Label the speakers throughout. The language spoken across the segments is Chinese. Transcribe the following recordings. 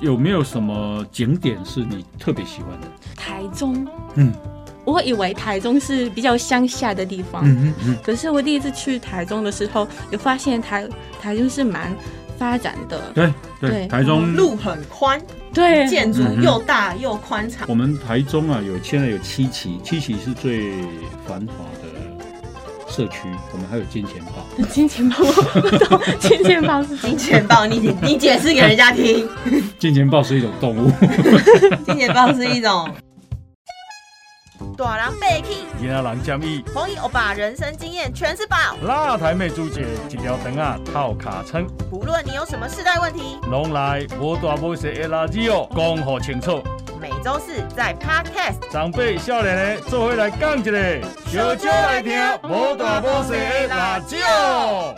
Speaker 1: 有没有什么景点是你特别喜欢的？
Speaker 2: 台中，
Speaker 1: 嗯
Speaker 2: 我以为台中是比较乡下的地方，
Speaker 1: 嗯嗯嗯，
Speaker 2: 可是我第一次去台中的时候，有发现台台中是蛮发展的，
Speaker 1: 对对，
Speaker 2: 对
Speaker 1: 台中
Speaker 3: 路很宽，
Speaker 2: 对，
Speaker 3: 建筑
Speaker 1: 嗯哼
Speaker 3: 又大又宽敞。
Speaker 1: 我们台中啊，有现在有七期，七期是最繁华的社区，我们还有金钱豹。
Speaker 2: 金钱豹， 我不懂金钱豹是什
Speaker 3: 金
Speaker 2: 么？
Speaker 3: 钱豹，你解你解释给人家听。
Speaker 1: 金钱豹是一种动 物。
Speaker 3: 金钱豹是一种。大人被气，
Speaker 4: 今仔人建议，
Speaker 3: 红衣欧巴人生经验全是宝。
Speaker 4: 那台妹主姐一条肠啊套卡称，
Speaker 3: 不论你有什么世代问题，
Speaker 4: 拢来无大无小的垃圾哦，讲好清楚。
Speaker 3: 每周四在 Podcast
Speaker 4: 长辈少年的做伙来讲一个，
Speaker 3: 小酒来听无大无小的辣椒。
Speaker 4: 哦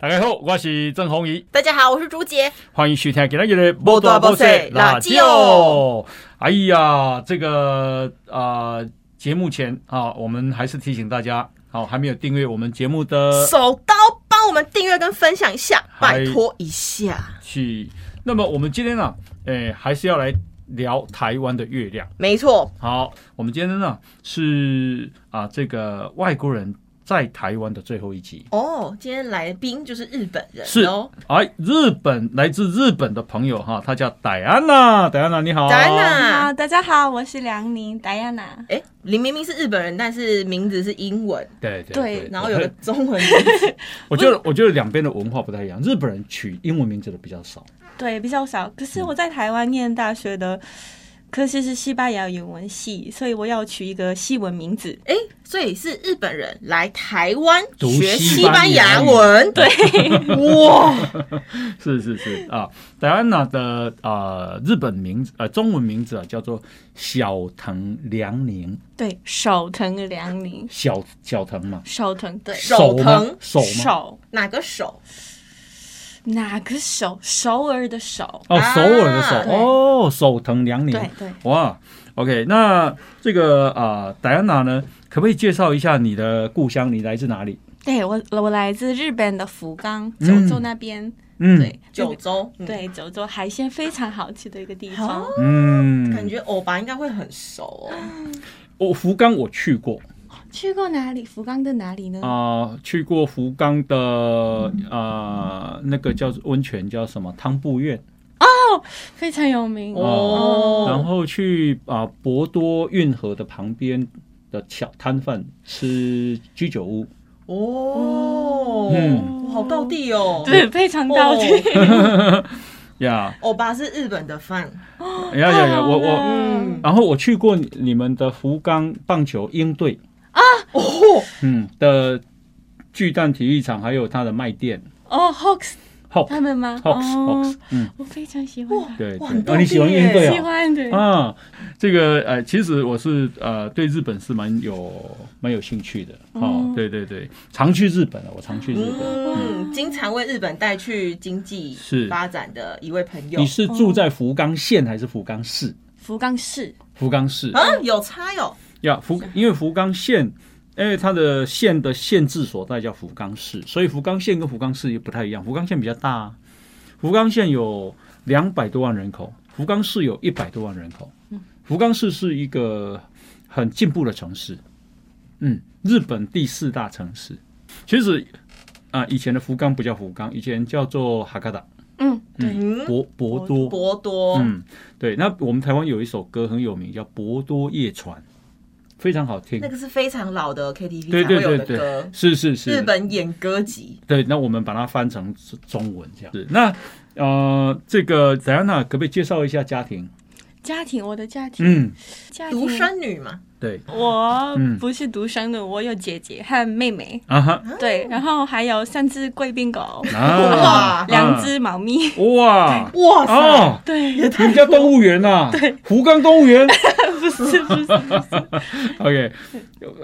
Speaker 4: 大家好，我是郑宏仪，
Speaker 3: 大家好，我是朱杰。
Speaker 4: 欢迎收听今天的
Speaker 3: 无大无小的辣椒。
Speaker 4: 哎呀，这个啊，呃节、目前啊，我们还是提醒大家，好、还没有订阅我们节目的
Speaker 3: 手刀帮我们订阅跟分享一下，
Speaker 4: 呃嗨
Speaker 3: 拜托一下。
Speaker 4: 去。那么我们今天呢、诶、还是要来聊台湾的月亮。
Speaker 3: 没错，
Speaker 4: 好，我们今天呢是啊，这个外国人在台湾的最后一集。
Speaker 3: 哦，今天来宾就是日本人
Speaker 4: 是
Speaker 3: 哦，
Speaker 4: 哎，日本来自日本的朋友哈，他叫戴安娜，戴安娜你好，
Speaker 3: 戴安娜。
Speaker 2: 好，啊大家好，我是梁宁戴安娜。
Speaker 3: 哎，林明明是日本人，但是名字是英文，
Speaker 4: 对对
Speaker 2: 对
Speaker 4: 对，
Speaker 3: 然后有 个中文名字，
Speaker 4: 我觉得我觉得两边的文化不太一样，日本人取英文名字的比较少，
Speaker 2: 对，比较少。可是我在台湾念大学的科系是西班牙语文系，所以我要取一个西文名字。
Speaker 3: 哎，所以是日本人来台湾
Speaker 1: 读
Speaker 3: 学
Speaker 1: 西
Speaker 3: 西
Speaker 1: 班
Speaker 3: 班
Speaker 1: 牙
Speaker 3: 牙
Speaker 1: 语
Speaker 3: 文，对，哇，
Speaker 4: 是是是啊，戴安娜的啊日本名字呃中文名字啊叫做小藤良宁，
Speaker 2: 对，手藤良宁，
Speaker 4: 小小藤嘛，
Speaker 2: 手藤对，
Speaker 3: 手
Speaker 4: 吗
Speaker 3: 藤
Speaker 4: 手吗？
Speaker 2: 手
Speaker 3: 哪个手？
Speaker 2: 哪个手？首尔的首。
Speaker 4: 哦，首尔的
Speaker 3: 啊
Speaker 4: 首
Speaker 2: 对
Speaker 4: 哦，手藤良宁，
Speaker 2: 对对，
Speaker 4: 哇，OK，那这个啊，戴安娜呢，可不可以介绍一下你的故乡？你来自哪里？
Speaker 2: 对我我来自日本的福冈九
Speaker 4: 嗯
Speaker 2: 州那边，
Speaker 4: 嗯，
Speaker 2: 对，
Speaker 3: 九州，嗯，
Speaker 2: 对九州海鲜非常好吃的一个地方。
Speaker 3: 哦
Speaker 4: 嗯，
Speaker 3: 感觉欧巴应该会很熟哦。
Speaker 4: 我福冈我去过
Speaker 2: 去过哪里？福冈的哪里呢？
Speaker 4: 啊、去过福冈的呃啊、那个叫温泉叫什么汤布院，
Speaker 2: 非常有名。
Speaker 4: 哦然
Speaker 3: 哦，
Speaker 4: 后去啊、博多运河的旁边的小摊贩吃居酒屋，
Speaker 3: 哦，
Speaker 4: 嗯
Speaker 3: 哇好到地哦，
Speaker 2: 对，非常到地。
Speaker 4: 呀
Speaker 3: 欧巴是日本的饭，
Speaker 4: 呀呀呀，我我。
Speaker 2: 嗯
Speaker 3: 嗯，
Speaker 4: 然后我去过你你们的福冈棒球鹰队，
Speaker 3: 哦，
Speaker 4: 嗯的巨蛋体育场，还有它的卖店。
Speaker 2: 哦，Hawks
Speaker 4: 好
Speaker 2: 他们吗
Speaker 4: Hawks
Speaker 2: 哦
Speaker 4: Hawks，嗯，
Speaker 2: 我非常喜欢
Speaker 4: 对
Speaker 3: 哇
Speaker 4: 对
Speaker 3: 很，
Speaker 4: 哦，你喜欢应对
Speaker 2: 他，喜
Speaker 4: 哦。
Speaker 2: 欢对。
Speaker 4: 啊，这个呃，其实我是呃对日本是蛮有蛮有兴趣的哦
Speaker 2: 嗯，
Speaker 4: 对对对，常去日本了，啊我常去日本。
Speaker 3: 嗯，经常为日本带去经济
Speaker 4: 是
Speaker 3: 发展的一位朋友
Speaker 4: 你是住在福冈县还是福冈市？
Speaker 2: 福冈市
Speaker 4: 福冈市
Speaker 3: 啊，有差哟，
Speaker 4: 呀，福因为福冈县，因为它的呃县的县治所在叫福冈市，所以福冈县跟福冈市也不太一样。福冈县比较大、啊，福冈县有两百多万人口，福冈市有一百多万人口。福冈市是一个很进步的城市，嗯，日本第四大城市。其实啊、以前的福冈不叫福冈，以前叫做哈卡达，
Speaker 2: 嗯，对，
Speaker 3: 嗯，
Speaker 4: 博博多。
Speaker 3: 博多，
Speaker 4: 嗯，对，那我们台湾有一首歌很有名，叫《博多夜船》，非常好听
Speaker 3: 那。个是非常老的 KTV
Speaker 4: 对
Speaker 3: 才会
Speaker 4: 对
Speaker 3: 有
Speaker 4: 对
Speaker 3: 的
Speaker 4: 对
Speaker 3: 歌，，
Speaker 4: 是是是，
Speaker 3: 日本演歌集。
Speaker 4: 对，那我们把它翻成中文这样。是那呃，这个戴安娜可不可以介绍一下家庭？
Speaker 2: 家庭，我的家庭，
Speaker 4: 嗯，
Speaker 2: 家庭
Speaker 3: 独。生女嘛，
Speaker 4: 对，
Speaker 2: 我
Speaker 4: 嗯
Speaker 2: 不是独生的，我有姐姐和妹妹，
Speaker 4: 啊哈，
Speaker 2: 对，然后还有三只贵宾狗，
Speaker 3: 哇，
Speaker 4: 啊
Speaker 2: 两只猫咪，
Speaker 4: 哇
Speaker 3: 哇 塞，
Speaker 4: 哦，
Speaker 2: 对，
Speaker 4: 你们家动物 园呐、啊？对，福冈动物园。
Speaker 2: 不是不是，
Speaker 4: OK，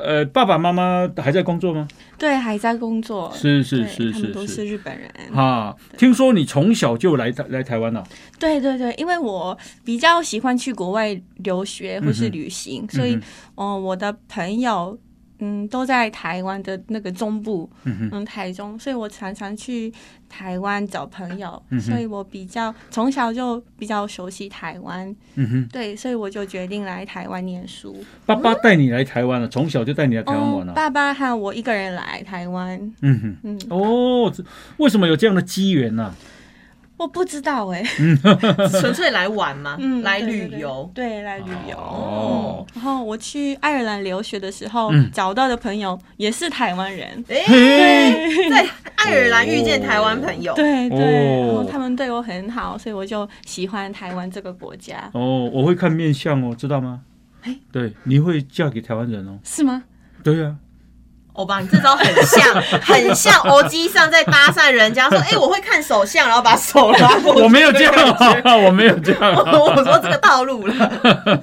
Speaker 4: 呃，爸爸妈妈还在工作吗？
Speaker 2: 对，还在工作，
Speaker 4: 是是
Speaker 2: 对
Speaker 4: 是
Speaker 2: 他们都
Speaker 4: 是
Speaker 2: 是
Speaker 4: 是。
Speaker 2: 日本人，
Speaker 4: 啊，听说你从小就来台来台湾了、啊
Speaker 2: 对对对，因为我比较喜欢去国外留学或
Speaker 4: 嗯
Speaker 2: 是
Speaker 4: 哼
Speaker 2: 旅行，所以呃
Speaker 4: 嗯
Speaker 2: 哦，我的朋友嗯，都在台湾的那个中部，
Speaker 4: 嗯哼，
Speaker 2: 嗯，台中，所以我常常去台湾找朋友，
Speaker 4: 嗯哼
Speaker 2: 所以我比较从小就比较熟悉台湾，
Speaker 4: 嗯哼，
Speaker 2: 对，所以我就决定来台湾念书。
Speaker 4: 爸爸带你来台湾了，从小就带你来台湾
Speaker 2: 哦
Speaker 4: 玩，了，
Speaker 2: 爸爸和我一个人来台湾，
Speaker 4: 嗯哼。
Speaker 2: 嗯，
Speaker 4: 哦，这为什么有这样的机缘呢？
Speaker 2: 我不知道哎、
Speaker 3: 纯粹来玩嘛，
Speaker 2: 嗯，
Speaker 3: 来
Speaker 2: 对
Speaker 3: 旅游，，
Speaker 2: 对对对，来旅游。
Speaker 4: 哦
Speaker 2: 嗯，然后我去爱尔兰留学的时候，
Speaker 4: 嗯
Speaker 2: 找到的朋友也是台湾人，
Speaker 3: 哎、
Speaker 4: 嘿，
Speaker 3: 在爱尔兰遇见台湾朋友，
Speaker 2: 对对，
Speaker 4: 哦
Speaker 2: 然后他们对我很好，所以我就喜欢台湾这个国家，
Speaker 4: 哦，我会看面相哦，知道吗
Speaker 2: 哎？
Speaker 4: 对，你会嫁给台湾人哦。
Speaker 2: 是吗？
Speaker 4: 对啊呀、
Speaker 3: 欧巴，你这招很像， 很像欧基上在搭讪人家说，哎、我会看手相，然后把手拉过去。
Speaker 4: 我没有这样、啊， 我没有这样、啊。
Speaker 3: 我说这个套路了，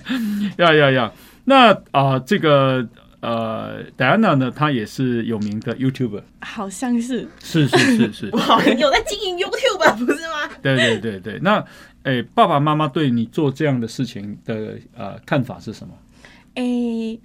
Speaker 4: 呀呀呀！那啊、这个呃戴安娜呢，她也是有名的 YouTuber，
Speaker 2: 好像是，
Speaker 4: 是是是是，
Speaker 3: 哇，你有在经营 YouTube 啊不是吗？
Speaker 4: 对对对对。那哎、爸爸妈妈对你做这样的事情的呃看法是什么？
Speaker 2: 诶，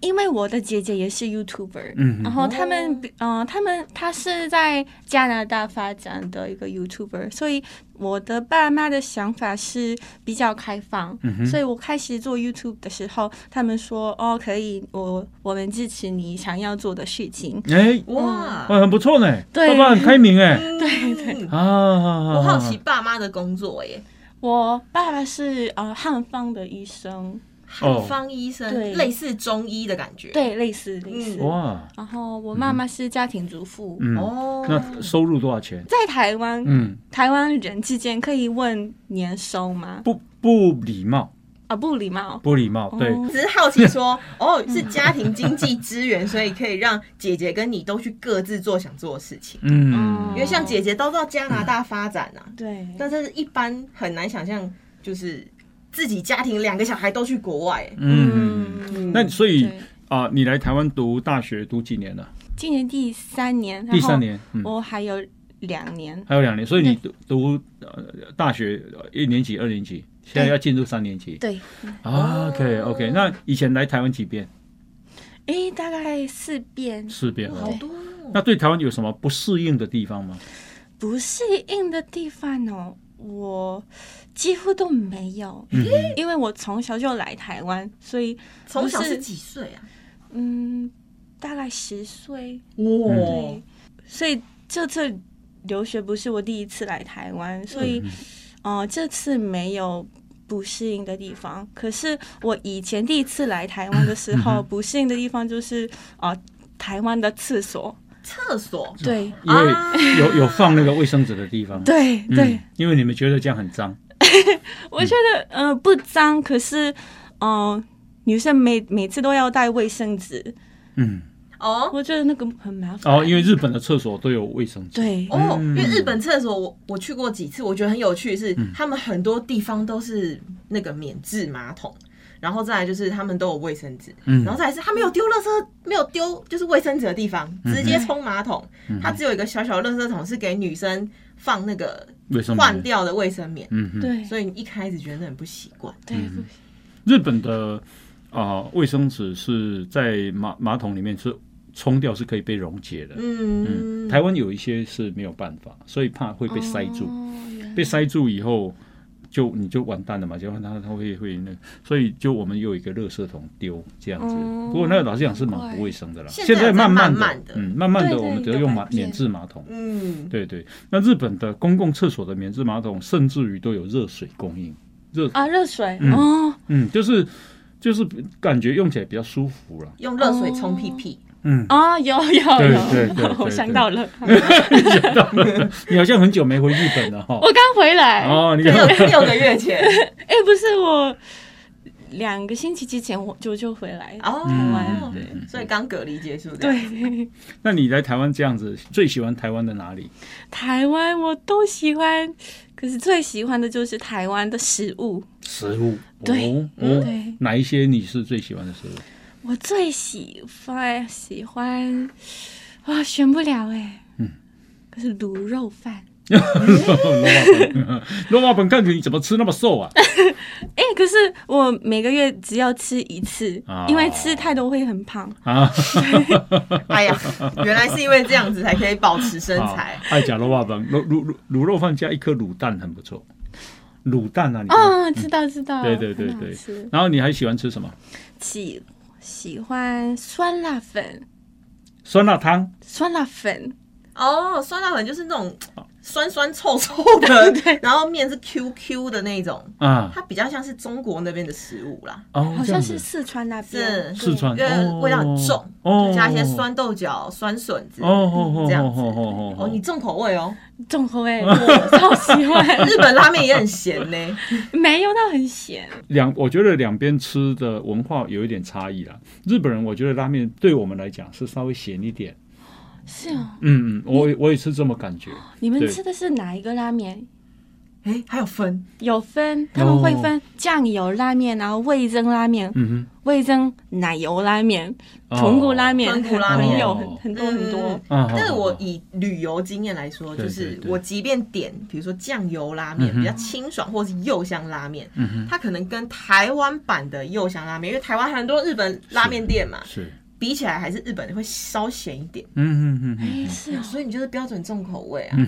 Speaker 2: 因为我的姐姐也是 YouTuber，、
Speaker 4: 嗯
Speaker 2: 然
Speaker 4: 哼，
Speaker 2: 后他们比，
Speaker 3: 哦
Speaker 2: 呃，他们他是在加拿大发展的一个 YouTuber，所以我的爸妈的想法是比较开放，
Speaker 4: 嗯哼
Speaker 2: 所以我开始做 YouTube 的时候，他们说哦，可以，我我们支持你想要做的事情。
Speaker 4: 哎、
Speaker 3: 哇，
Speaker 4: 哇很不错呢，
Speaker 2: 对
Speaker 4: 爸爸很开明 哎、
Speaker 3: 对对，
Speaker 2: 嗯
Speaker 4: 啊啊，啊
Speaker 3: 我好奇，爸妈的工作耶，
Speaker 2: 我爸爸是呃汉方的医生，
Speaker 4: 哦
Speaker 3: 汉方医
Speaker 2: 对
Speaker 3: 生，类似中医的感觉。，
Speaker 2: 对，类似类似。
Speaker 3: 嗯
Speaker 4: 哇，
Speaker 2: 然后我妈妈是家庭主妇，
Speaker 4: 嗯，
Speaker 3: 哦，
Speaker 4: 那收入多少钱？
Speaker 2: 在台湾，
Speaker 4: 嗯，
Speaker 2: 台湾人之间可以问年收吗？
Speaker 4: 不不礼貌，
Speaker 2: 啊，不礼貌。
Speaker 4: 不礼貌，对，
Speaker 2: 哦
Speaker 3: 只是好奇说，哦，是家庭经济支援，所以可以让姐姐跟你都去各自做想做的事情。
Speaker 4: 嗯
Speaker 3: 因为像姐姐都到加拿大发展啊，
Speaker 2: 对，
Speaker 3: 但是一般很难想象，就是自己家庭两个小孩都去国外。
Speaker 4: 嗯，
Speaker 3: 嗯
Speaker 4: 那所以
Speaker 2: 对，
Speaker 4: 啊、你来台湾读大学读几年了？
Speaker 2: 今年第三年，
Speaker 4: 第三，年，嗯，
Speaker 2: 我还有两年，
Speaker 4: 还有两年，所以你读读呃大学呃一年级、二年级，现在要进入三年级。
Speaker 2: 对，
Speaker 4: 啊，OK OK，那以前来台湾几遍？
Speaker 2: 诶，大概四遍。
Speaker 4: 四遍
Speaker 3: 好
Speaker 4: 哦。
Speaker 3: 多哦，
Speaker 4: 那对台湾有什么不适应的地方吗？
Speaker 2: 不适应的地方哦，我几乎都没有，
Speaker 4: 嗯哼
Speaker 2: 因为我从小就来台湾，所以
Speaker 3: 从小
Speaker 2: 不是
Speaker 3: 是几岁啊？
Speaker 2: 嗯，大概十岁，
Speaker 4: 嗯
Speaker 3: 哇
Speaker 4: 哦
Speaker 2: 对，，所以这次留学不是我第一次来台湾，所以
Speaker 4: 嗯
Speaker 2: 哦，这次没有不适应的地方。可是我以前第一次来台湾的时
Speaker 4: 嗯
Speaker 2: 候，
Speaker 4: 哼
Speaker 2: 不适应的地方就是哦，台湾的厕所。
Speaker 3: 厕所
Speaker 2: 对
Speaker 4: 因为
Speaker 3: 啊
Speaker 4: 有有放那个卫生纸的地方。
Speaker 2: 对
Speaker 4: 嗯
Speaker 2: 对，，
Speaker 4: 因为你们觉得这样很脏。
Speaker 2: 我觉得呃不脏，可是嗯、呃女生每每次都要带卫生纸，
Speaker 4: 嗯，
Speaker 3: 哦
Speaker 2: 我觉得那个很麻烦。
Speaker 4: 哦，因为日本的厕所都有卫生纸。
Speaker 2: 对
Speaker 3: 哦，
Speaker 4: 嗯
Speaker 3: 因为日本厕所我我去过几次，我觉得很有趣是，他们很多地方都是那个免治马桶。然后再来就是他们都有卫生纸，
Speaker 4: 嗯
Speaker 3: 然后再来是他没有丢垃圾，没有丢就是卫生纸的地方，
Speaker 4: 嗯
Speaker 3: 直接冲马桶。它只有一个小小的垃圾桶是给女生放那个
Speaker 4: 卫生
Speaker 3: 换
Speaker 4: 棉。
Speaker 3: 掉的卫生棉，
Speaker 4: 嗯哼，
Speaker 2: 对
Speaker 3: 所以你一开始觉得很不习惯。
Speaker 2: 对
Speaker 4: 嗯日本的啊、卫生纸是在马马桶里面是冲掉是可以被溶解的。
Speaker 3: 嗯，
Speaker 4: 台湾有一些是没有办法，所以怕会被塞住，
Speaker 2: 哦原来
Speaker 4: 被塞住以后就你就完蛋了嘛，就它它会会那，所以就我们有一个垃圾桶丢这样子。
Speaker 2: 哦
Speaker 4: 不过那个老实讲是蛮不卫生的啦，
Speaker 3: 现在
Speaker 4: 在慢
Speaker 3: 有在慢慢
Speaker 4: 的
Speaker 3: 地，
Speaker 4: 嗯，慢慢的
Speaker 2: 对对
Speaker 4: 我们得
Speaker 2: 有
Speaker 4: 用
Speaker 2: 改
Speaker 4: 马
Speaker 2: 变
Speaker 4: 免治马桶。
Speaker 3: 嗯，
Speaker 4: 对对，那日本的公共厕所的免治马桶，甚至于都有热水供应，热
Speaker 2: 啊热水、
Speaker 4: 嗯
Speaker 2: 哦，
Speaker 4: 嗯，就是就是感觉用起来比较舒服了。
Speaker 3: 用热水冲屁屁，
Speaker 4: 嗯，
Speaker 2: 啊，有有
Speaker 4: 对
Speaker 2: 有，
Speaker 4: 对 对对
Speaker 2: 我
Speaker 4: 对
Speaker 2: 想到了，
Speaker 4: 你好像很久没回日本了哈。
Speaker 2: 我刚回来，哎、
Speaker 4: 哦，你
Speaker 3: 六六个月前
Speaker 2: 不是我两个星期之前我就就回来，
Speaker 3: 哦
Speaker 4: 嗯
Speaker 2: 湾，
Speaker 4: 嗯嗯
Speaker 3: 所以刚隔离结束这样。
Speaker 2: 对，
Speaker 4: 那你来台湾这样子，最喜欢台湾的哪里？
Speaker 2: 台湾我都喜欢，可是最喜欢的就是台湾的食物，
Speaker 4: 食物。
Speaker 2: 对
Speaker 4: 哦哦，
Speaker 2: 对
Speaker 4: 哪一些你是最喜欢的食物？
Speaker 2: 我最喜欢喜欢，哇，选不了哎、
Speaker 4: 嗯
Speaker 2: 可是卤肉饭
Speaker 4: 罗马粉，罗马粉，看你怎么吃那么瘦啊？
Speaker 2: 哎、可是我每个月只要吃一次，
Speaker 4: 哦
Speaker 2: 因为吃太多会很胖。
Speaker 4: 啊，
Speaker 3: 哎 呀，原来是因为这样子才可以保持身
Speaker 4: 好
Speaker 3: 材。
Speaker 4: 啊爱讲罗马粉，卤卤卤卤肉饭加一颗卤蛋很不错，卤蛋啊，你
Speaker 2: 哦，知道知道，
Speaker 4: 对对对
Speaker 2: 很好
Speaker 4: 对
Speaker 2: 吃
Speaker 4: 然后你还喜欢吃什么？
Speaker 2: 喜喜欢酸辣粉，
Speaker 4: 酸辣汤，
Speaker 2: 酸辣粉，
Speaker 3: 哦，酸辣粉就是那种酸酸臭臭 的，然后面是 Q Q 的那种，
Speaker 4: 啊，
Speaker 3: 它比较像是中国那边的食物啦，
Speaker 4: 哦，
Speaker 2: 好
Speaker 4: 这
Speaker 2: 像
Speaker 4: 样
Speaker 2: 是
Speaker 4: 子，
Speaker 2: 四川那边，
Speaker 3: 是
Speaker 2: 对
Speaker 4: 四川
Speaker 3: 因为味道很重，
Speaker 4: 哦
Speaker 3: 就加一些酸豆角、酸笋子
Speaker 4: 哦哦哦
Speaker 3: 这样
Speaker 4: 哦
Speaker 3: 子。
Speaker 4: 哦
Speaker 3: 哦，你重口味哦，
Speaker 2: 重口 味，我超喜欢，
Speaker 3: 日本拉面也很咸呢。
Speaker 2: 没有到很咸，
Speaker 4: 两，我觉得两边吃的文化有一点差异啦。日本人我觉得拉面对我们来讲是稍微咸一点，
Speaker 2: 是哦。
Speaker 4: 嗯嗯，我也我也是这么感觉。
Speaker 2: 你们
Speaker 4: 对
Speaker 2: 吃的是哪一个拉面？
Speaker 3: 哎，还有分
Speaker 2: 有
Speaker 4: 哦
Speaker 2: 分，他们会分酱油拉面，然后味增拉面、
Speaker 4: 嗯
Speaker 2: 味增奶油拉面、
Speaker 4: 哦
Speaker 2: 豚骨拉面、
Speaker 3: 豚骨拉
Speaker 4: 面
Speaker 2: 很有
Speaker 4: 哦
Speaker 2: 很很多很
Speaker 3: 嗯
Speaker 2: 多。
Speaker 4: 哼，啊，
Speaker 3: 但是
Speaker 4: 好
Speaker 3: 我
Speaker 4: 好
Speaker 3: 以旅游经验来说，
Speaker 4: 对
Speaker 3: 就是
Speaker 4: 对对
Speaker 3: 我即便点，比如说酱油拉面
Speaker 4: 嗯哼
Speaker 3: 比较清爽，或是柚香拉面
Speaker 4: 嗯哼，
Speaker 3: 它可能跟台湾版的柚香拉面，因为台湾很多日本拉面店嘛，
Speaker 4: 是，
Speaker 3: 比起来还是日本的会稍咸一点，
Speaker 4: 嗯嗯嗯嗯。
Speaker 2: 哎，是哦，
Speaker 3: 所以你就是标准重口味啊。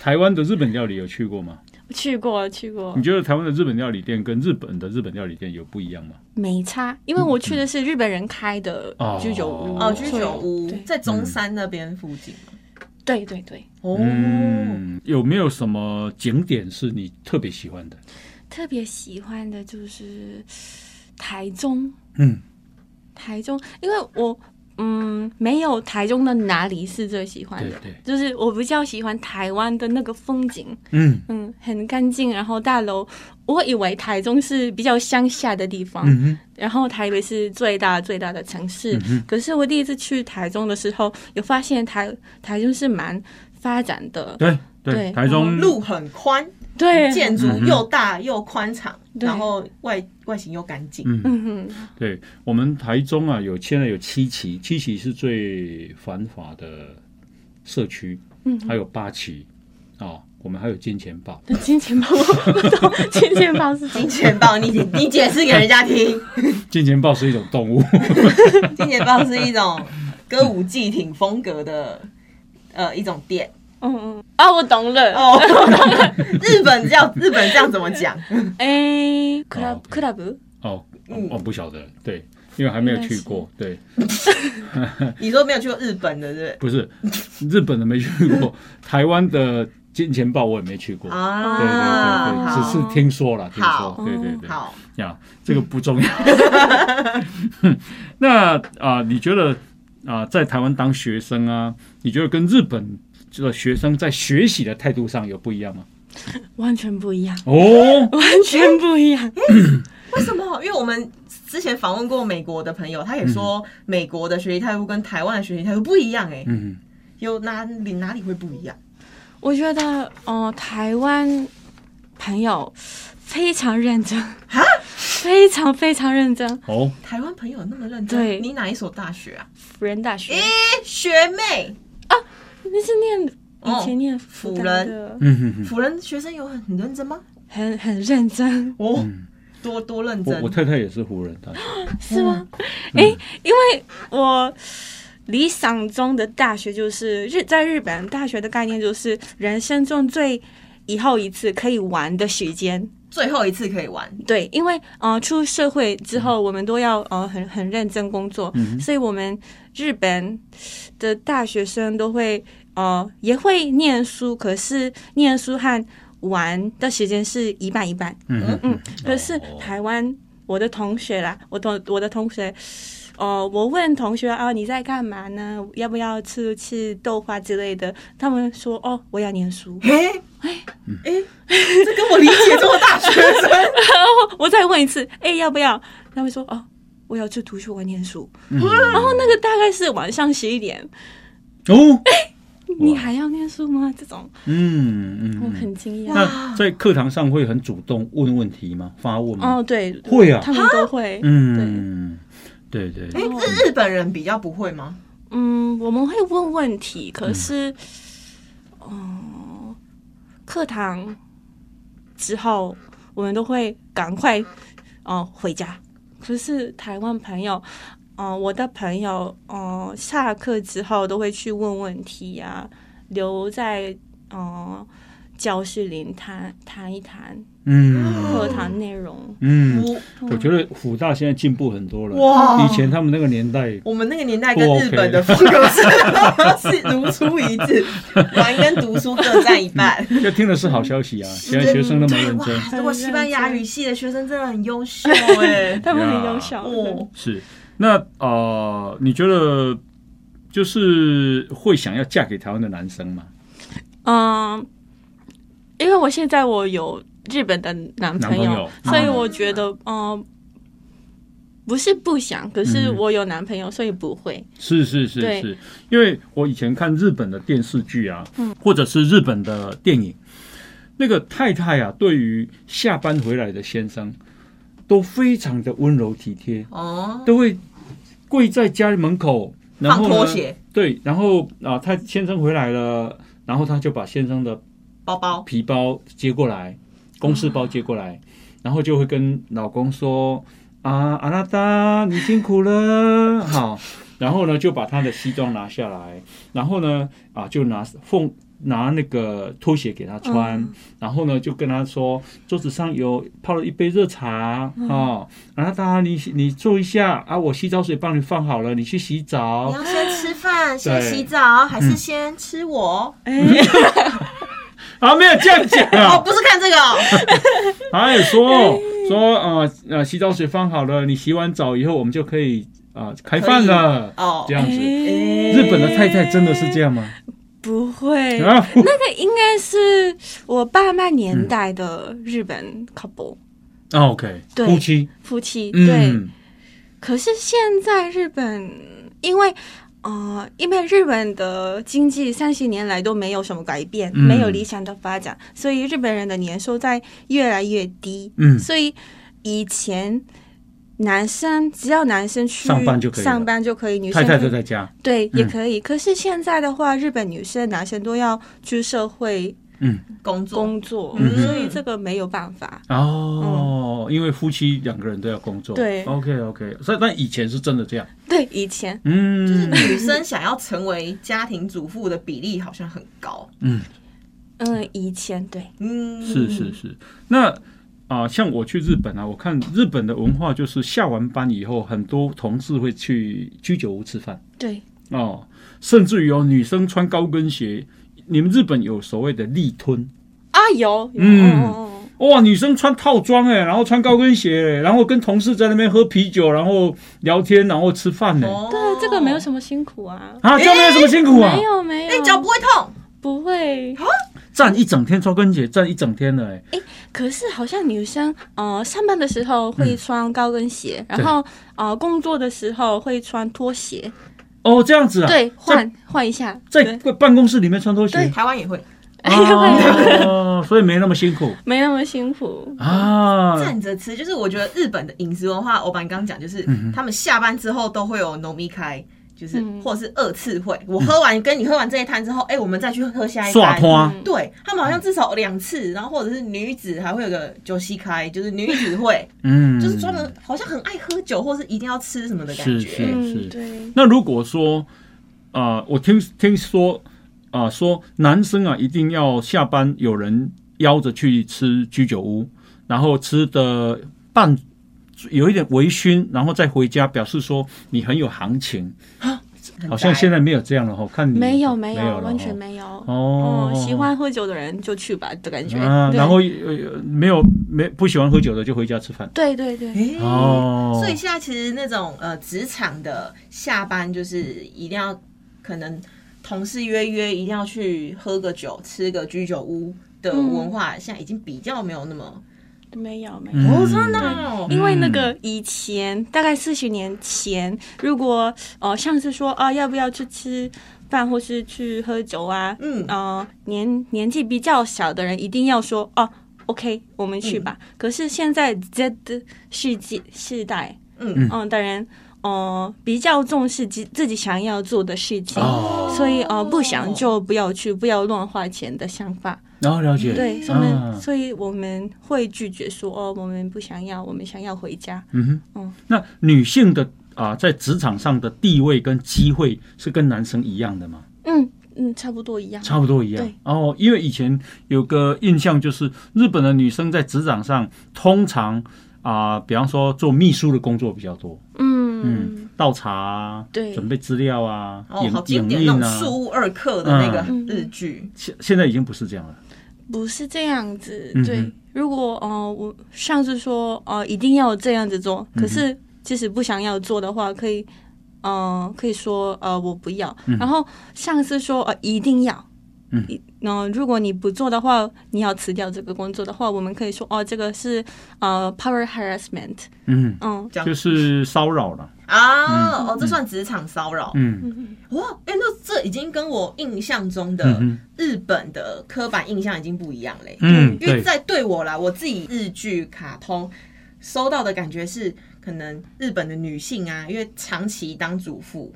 Speaker 4: 台湾的日本料理有去过吗？
Speaker 2: 去过去过
Speaker 4: 你，觉得台湾的日本料理店跟日本的日本料理店有不一样吗？
Speaker 2: 没差，因为我去的是日本人开的
Speaker 4: 哦
Speaker 2: 居酒屋
Speaker 3: 哦，
Speaker 4: 我
Speaker 3: 居
Speaker 2: 所以
Speaker 3: 酒屋
Speaker 2: 对
Speaker 3: 在中山那边附近嘛。
Speaker 2: 对对对，
Speaker 3: 哦，
Speaker 4: 嗯，有没有什么景点是你特别喜欢的？
Speaker 2: 特别喜欢的就是台中，
Speaker 4: 嗯，
Speaker 2: 台中，因为我嗯没有台中的哪里是最喜欢
Speaker 4: 对
Speaker 2: 的，
Speaker 4: 对，
Speaker 2: 就是我比较喜欢台湾的那个风景，
Speaker 4: 嗯
Speaker 2: 嗯，很干净，然后大楼，我以为台中是比较乡下的地方，
Speaker 4: 嗯哼嗯
Speaker 2: 然后台北是最大最大的城市，可是我第一次去台中的时候，有发现台台中是蛮发展的，
Speaker 4: 对对，
Speaker 2: 对
Speaker 4: 台中
Speaker 3: 路很宽，
Speaker 2: 对，
Speaker 3: 建筑
Speaker 4: 嗯哼
Speaker 3: 又大又宽敞，
Speaker 2: 对
Speaker 3: 然后外外形又干净。
Speaker 4: 嗯，
Speaker 2: 嗯哼。
Speaker 4: 对我们台中啊，有现在有七期，七期是最繁华的社区，
Speaker 2: 嗯
Speaker 4: 还有八期啊、哦，我们还有金钱豹，
Speaker 2: 金钱豹，我不懂金钱豹是什
Speaker 3: 金
Speaker 2: 么。
Speaker 3: 钱豹，你解你解释给人家听。
Speaker 4: 金钱豹是一种动物，
Speaker 3: 金钱豹是一种歌舞伎町风格的呃一种店
Speaker 2: 嗯嗯，啊，我懂了。
Speaker 3: 哦。日本叫日本这样怎么讲？
Speaker 2: 哎
Speaker 4: 哦
Speaker 2: ，club club，
Speaker 4: 哦，我
Speaker 3: 嗯
Speaker 4: 我不晓得，对，因为还没有去过，对，
Speaker 3: 你说没有去过日本的，对
Speaker 4: 不是日本的没去过， 台湾的金钱豹我也没去
Speaker 3: 不
Speaker 4: 过
Speaker 3: 对？，
Speaker 4: 对对对
Speaker 3: 啊，
Speaker 4: 对，只是听说了，听
Speaker 3: 好嗯
Speaker 4: 说，对对对，
Speaker 3: 好。
Speaker 4: 呀，这个不 重要。那啊、你觉得啊、在台湾当学生啊，你觉得跟日本的学生在学习的态度上有不一样吗？
Speaker 2: 完全不一样，
Speaker 4: 哦，
Speaker 2: 完全不一样。
Speaker 3: 为什么？因为我们之前访问过美国的朋友，他也说美国的学习态度跟台湾的学习态度不一样、欸，哎、
Speaker 4: 嗯，
Speaker 3: 有哪里哪里会不一样？
Speaker 2: 我觉得，哦、台湾朋友非常认真，非常非常认真。
Speaker 4: 哦，
Speaker 3: 台湾朋友那么认真，
Speaker 2: 对
Speaker 3: 你哪一所大学啊？
Speaker 2: 辅仁大学，
Speaker 3: 哎、学妹，
Speaker 2: 那是念
Speaker 3: 哦
Speaker 2: 以前念辅大的，
Speaker 4: 嗯哼哼，
Speaker 3: 辅仁学生有很很认真吗？
Speaker 2: 很很认真，
Speaker 3: 哦，
Speaker 4: 嗯
Speaker 3: 多多认
Speaker 4: 我
Speaker 3: 真
Speaker 4: 我。太太也是湖人大学，
Speaker 2: 是吗？哎、因为我理想中的大学就是日，在日本大学的概念就是人生中最以后一次可以玩的时间。
Speaker 3: 最后一次可以玩，
Speaker 2: 对，因为呃，出社会之后，我们都要呃很很认真工作，
Speaker 4: 嗯
Speaker 2: 所以我们日本的大学生都会呃也会念书，可是念书和玩的时间是一半一半。
Speaker 4: 嗯嗯，
Speaker 2: 可是台湾我的同学啦，我同我的同学，哦，我问同学啊，你在干嘛呢？要不要吃吃豆花之类的？他们说哦，我要念书。
Speaker 3: 哎哎，这跟我理解中的大 学生，
Speaker 2: 然后 我再问一次，哎、要不要？他们说哦，我要去图书馆念书。
Speaker 4: 嗯
Speaker 2: 然后那个大概是晚上十一点，
Speaker 4: 哦，
Speaker 2: 你还要念书吗？这种
Speaker 4: 嗯
Speaker 2: 我
Speaker 4: 嗯嗯，
Speaker 2: 很惊讶。
Speaker 4: 那在课堂上会很主动问问题吗？发问吗？
Speaker 2: 哦，对，
Speaker 4: 会啊
Speaker 2: 他们都会。
Speaker 4: 嗯，对对
Speaker 3: 哎，日日本人比较不会吗？
Speaker 2: 嗯，我们会问问题，可是，哦、课堂之后，我们都会赶快哦、呃回家。可是台湾朋友，哦、我的朋友，哦、下课之后都会去问问题呀、留在哦、呃教室里谈谈一谈
Speaker 4: 嗯
Speaker 2: 课堂内容。。
Speaker 4: 嗯，
Speaker 3: 我
Speaker 1: 我觉得辅大现在进步很多了。
Speaker 3: 哇
Speaker 1: 以前他们那个年代，
Speaker 3: 我们那个年代跟日本的风格是是 如出一辙， 玩跟读书各占一半。
Speaker 1: 就听的是好消息啊，现在学生那么认真，
Speaker 3: 哇，如果西班牙语系的学生真的很优秀哎
Speaker 2: 他们很优秀。
Speaker 3: 哦，
Speaker 4: 是那呃，你觉得就是会想要嫁给台湾的男生吗？
Speaker 2: 嗯，因为我现在我有日本的男朋友，
Speaker 4: 男朋友
Speaker 2: 所以我觉得，嗯，不是不想，可是
Speaker 4: 嗯
Speaker 2: 我有男朋友，所以不会。
Speaker 4: 是是是
Speaker 2: 对
Speaker 4: 是，因为我以前看日本的电视剧啊，
Speaker 3: 嗯
Speaker 4: 或者是日本的电影，那个太太啊，对于下班回来的先生都非常的温柔体贴，
Speaker 3: 哦，
Speaker 4: 都会跪在家门口，然
Speaker 3: 放
Speaker 4: 后呢
Speaker 3: 拖鞋、
Speaker 4: 对，然后啊，他先生回来了，然后他就把先生的
Speaker 3: 包包，
Speaker 4: 皮包接过来，公事包接过来，然后就会跟老公说啊，阿拉达，你辛苦了，好，然后呢就把他的西装拿下来，然后呢啊就拿缝拿那个拖鞋给他穿，然后呢就跟他说桌子上有泡了一杯热茶哦，阿拉达，你你坐一下啊，我洗澡水帮你放好了，你去洗澡
Speaker 3: 你，要先吃饭，先
Speaker 4: 对
Speaker 3: 洗澡，还是先吃我？
Speaker 2: 哎
Speaker 4: 嗯啊没有这样讲
Speaker 1: 哎
Speaker 4: 啊
Speaker 3: 哦，。不是看这个哦，
Speaker 4: 哎， 说说呃呃，洗澡水放好了，你洗完澡以后，我们就可以啊、呃开饭了，
Speaker 3: 哦
Speaker 4: 这样子。
Speaker 2: 诶
Speaker 4: 日本的太太真的是这样吗？
Speaker 2: 哎不 会，
Speaker 4: 啊，
Speaker 2: 那个应该是我爸妈
Speaker 4: 嗯
Speaker 2: 年代的日本 couple
Speaker 4: 啊 OK，
Speaker 2: 对
Speaker 4: 夫妻，
Speaker 2: 夫妻，对。
Speaker 4: 嗯，
Speaker 2: 可是现在日本，因为呃，因为日本的经济三十年来都没有什么改变，
Speaker 4: 嗯
Speaker 2: 没有理想的发展，所以日本人的年收在越来越低。
Speaker 4: 嗯
Speaker 2: 所以以前男生只要男生去
Speaker 4: 上班就可以了
Speaker 2: 上班就可以，女生
Speaker 4: 太
Speaker 2: 可
Speaker 4: 太
Speaker 2: 以
Speaker 4: 都在家，
Speaker 2: 对
Speaker 4: 嗯
Speaker 2: 也可以。可是现在的话，日本女生、男生都要去社会
Speaker 3: 工作，
Speaker 2: 工作，
Speaker 4: 嗯
Speaker 2: 所以这个没有办法。嗯
Speaker 4: 哦，因为夫妻两个人都要工作，
Speaker 2: 对
Speaker 4: ，OK OK，所以但以前是真的这样，
Speaker 2: 对，以前
Speaker 4: 嗯，
Speaker 3: 女生想要成为家庭主妇的比例好像很高。
Speaker 2: 嗯，以前对，
Speaker 3: 嗯，
Speaker 4: 是是是，那。啊、像我去日本啊，我看日本的文化就是下完班以后，很多同事会去居酒屋吃饭。
Speaker 2: 对，
Speaker 4: 哦，甚至于有女生穿高跟鞋，你们日本有所谓的立吞，
Speaker 2: 啊，有，有
Speaker 4: 嗯
Speaker 2: 哦哦哦
Speaker 4: 哇，女生穿套装哎、然后穿高跟鞋、欸，然后跟同事在那边喝啤酒，然后聊天，然后吃饭呢、
Speaker 3: 哦
Speaker 2: 对，啊这个没有什么辛苦啊。
Speaker 4: 啊，这样没有什么辛苦啊
Speaker 2: 没，有没
Speaker 3: 那
Speaker 2: 有，
Speaker 3: 你哎脚不会痛？
Speaker 2: 不会。
Speaker 4: 站一整天高跟鞋，站一整天了、欸，
Speaker 2: 可是好像女生呃上班的时候会穿高跟鞋，
Speaker 4: 嗯
Speaker 2: 然后呃工作的时候会穿拖鞋，
Speaker 4: 哦，这样子啊，
Speaker 2: 对，
Speaker 4: 在
Speaker 2: 换换一下，
Speaker 4: 在
Speaker 2: 对
Speaker 4: 办公室里面穿拖鞋，
Speaker 3: 台湾也会
Speaker 4: 啊
Speaker 2: 哎会
Speaker 4: 哦，所以没那么辛苦
Speaker 2: 没那么辛苦。
Speaker 4: 啊，
Speaker 3: 嗯站着吃，就是我觉得日本的饮食文化，我把你刚刚讲，就是
Speaker 4: 嗯
Speaker 3: 他们下班之后都会有农咪开。就是，
Speaker 2: 嗯
Speaker 3: 或者是二次会，我喝完跟你喝完这一摊之后，哎、我们再去喝下一
Speaker 4: 耍
Speaker 3: 摊。
Speaker 4: 拖。
Speaker 2: 嗯
Speaker 3: 对他们好像至少两次，然后或者是女子还会有个酒席开，就是女子会，
Speaker 4: 嗯，
Speaker 3: 就是专门好像很爱喝酒，或是一定要吃什么的感
Speaker 4: 是
Speaker 3: 觉。
Speaker 4: 是
Speaker 2: 嗯，对，
Speaker 4: 那如果说，啊，我听听说，啊、说男生啊一定要下班有人邀着去吃居酒屋，然后吃的半有一点微醺，然后再回家，表示说你很有行情。
Speaker 3: 很
Speaker 4: 好像
Speaker 3: 宅
Speaker 4: 现在没有这样了哈，看你
Speaker 2: 没有没
Speaker 4: 有了
Speaker 2: 有，
Speaker 4: 哦
Speaker 2: 完全没有。
Speaker 4: 哦
Speaker 2: 嗯，喜欢喝酒的人就去吧的感觉。
Speaker 4: 啊，
Speaker 2: 对
Speaker 4: 然后呃没有没不喜欢喝酒的就回家吃饭。
Speaker 2: 对对对，
Speaker 3: 哎
Speaker 2: 嗯
Speaker 4: 哦
Speaker 3: 所以现在其实那种呃职场的下班就是一定要可能同事约约一定要去喝个酒吃个居酒屋的文化，现在已经比较没有那么、
Speaker 2: 没有没有。
Speaker 4: 嗯
Speaker 3: 哦真的哦、
Speaker 2: 因为那个以前大概四十年前，如果呃上次说啊要不要去吃饭或是去喝酒啊，
Speaker 3: 嗯
Speaker 2: 呃年年纪比较小的人一定要说哦、OK 我们去吧。可是现在 Z 的世界世代，
Speaker 3: 嗯
Speaker 2: 嗯、当然呃比较重视自自己想要做的事情，
Speaker 4: 哦
Speaker 2: 所以呃不想就不要去，不要乱花钱的想法。
Speaker 4: 然后了解，
Speaker 2: 对，所以我们、
Speaker 4: 啊
Speaker 2: 所以我们会拒绝说哦，我们不想要，我们想要回家。
Speaker 4: 嗯哼
Speaker 2: 嗯，
Speaker 4: 那女性的啊、在职场上的地位跟机会是跟男生一样的吗？
Speaker 2: 嗯嗯，差不多一样。
Speaker 4: 差不多一样
Speaker 2: 对。
Speaker 4: 哦，因为以前有个印象就是，日本的女生在职场上通常啊、比方说做秘书的工作比较多，
Speaker 2: 嗯，
Speaker 4: 倒茶、啊、
Speaker 2: 对
Speaker 4: 准备资料啊、
Speaker 3: 哦，
Speaker 4: 影
Speaker 3: 好经
Speaker 4: 影
Speaker 3: 典
Speaker 4: 印
Speaker 3: 那种
Speaker 4: 啊。
Speaker 3: 庶务二课的那个
Speaker 2: 嗯
Speaker 3: 日剧，
Speaker 4: 现现在已经不是这样了。
Speaker 2: 不是这样子
Speaker 4: 嗯。哼
Speaker 2: 对，如果呃，我上次说呃，一定要这样子做，
Speaker 4: 嗯
Speaker 2: 可是即使不想要做的话，可以。呃，可以说呃，我不要。然后上次说呃，一定要。
Speaker 4: 嗯
Speaker 2: 一，那、如果你不做的话，你要辞掉这个工作的话，我们可以说哦，这个是呃，power harassment。
Speaker 4: 嗯，
Speaker 2: 嗯，
Speaker 3: 这样
Speaker 4: 就是骚扰了。
Speaker 3: 啊，哦，这算职场骚扰
Speaker 4: 嗯
Speaker 3: 哇！哎，那这已经跟我印象中
Speaker 4: 嗯
Speaker 3: 的
Speaker 4: 哼
Speaker 3: 日本的刻板印象已经不一样嘞。
Speaker 4: 嗯，
Speaker 3: 因为
Speaker 4: 对，
Speaker 3: 在对我啦，我自己日剧、卡通收到的感觉是，可能日本的女性啊，因为长期当主妇、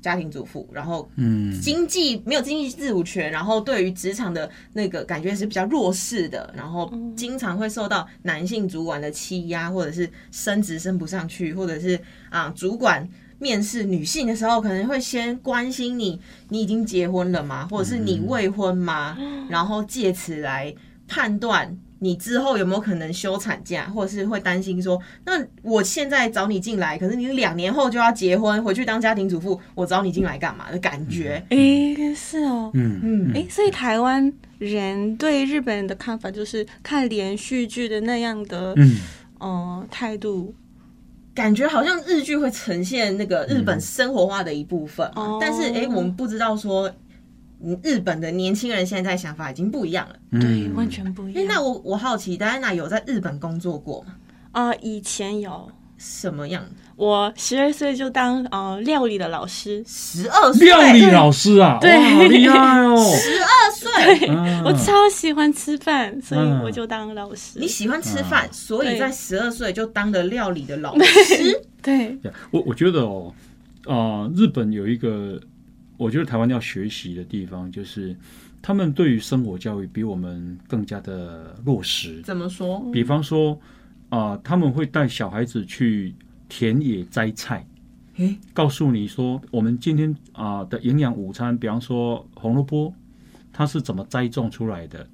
Speaker 3: 家庭主妇，然后
Speaker 4: 嗯
Speaker 3: 经济没有经济自主权，然后对于职场的那个感觉是比较弱势的，然后经常会受到男性主管的欺压，或者是升职升不上去，或者是啊主管。面试女性的时候，可能会先关心你，你已经结婚了吗？或者是你未婚吗？然后借此来判断你之后有没有可能休产假，或者是会担心说，那我现在找你进来，可是你两年后就要结婚，回去当家庭主妇，我找你进来干嘛的感觉？
Speaker 2: 诶、是哦。
Speaker 4: 嗯
Speaker 3: 嗯，
Speaker 2: 诶，所以台湾人对日本人的看法就是看连续剧的那样的
Speaker 4: 嗯，
Speaker 2: 呃态度，
Speaker 3: 感觉好像日剧会呈现那个
Speaker 4: 嗯
Speaker 3: 日本生活化的一部分嘛，
Speaker 2: 哦
Speaker 3: 但是哎、诶我们不知道说。嗯日本的年轻人现在想法已经不一样了。
Speaker 2: 对，啊
Speaker 4: 嗯
Speaker 2: 完全不一
Speaker 3: 哎、那
Speaker 2: 样。
Speaker 3: 我我好奇，戴安娜有在日本工作过吗？
Speaker 2: 啊、以前有，
Speaker 3: 什么样？
Speaker 2: 我十二岁就当呃料理的老师，
Speaker 3: 十二岁，
Speaker 4: 料理老师啊，
Speaker 2: 对
Speaker 4: 哇，好厉害 哦！
Speaker 3: 十二岁，
Speaker 4: 啊
Speaker 2: 我超喜欢吃饭，所以
Speaker 4: 嗯
Speaker 2: 我就当老师。
Speaker 3: 你喜欢吃饭，
Speaker 4: 嗯
Speaker 3: 所以
Speaker 2: 对
Speaker 3: 在十二岁就当了料理的老 师。
Speaker 4: 嗯
Speaker 2: 对，
Speaker 4: Yeah，我我觉得哦，啊、日本有一个，我觉得台湾要学习的地方，就是他们对于生活教育比我们更加的落实。
Speaker 3: 怎么说？
Speaker 4: 比方说，啊、他们会带小孩子去田野摘菜，
Speaker 3: 诶
Speaker 4: 告诉你说，我们今天啊、的营养午餐，比方说红萝卜，它是怎么栽种出来的，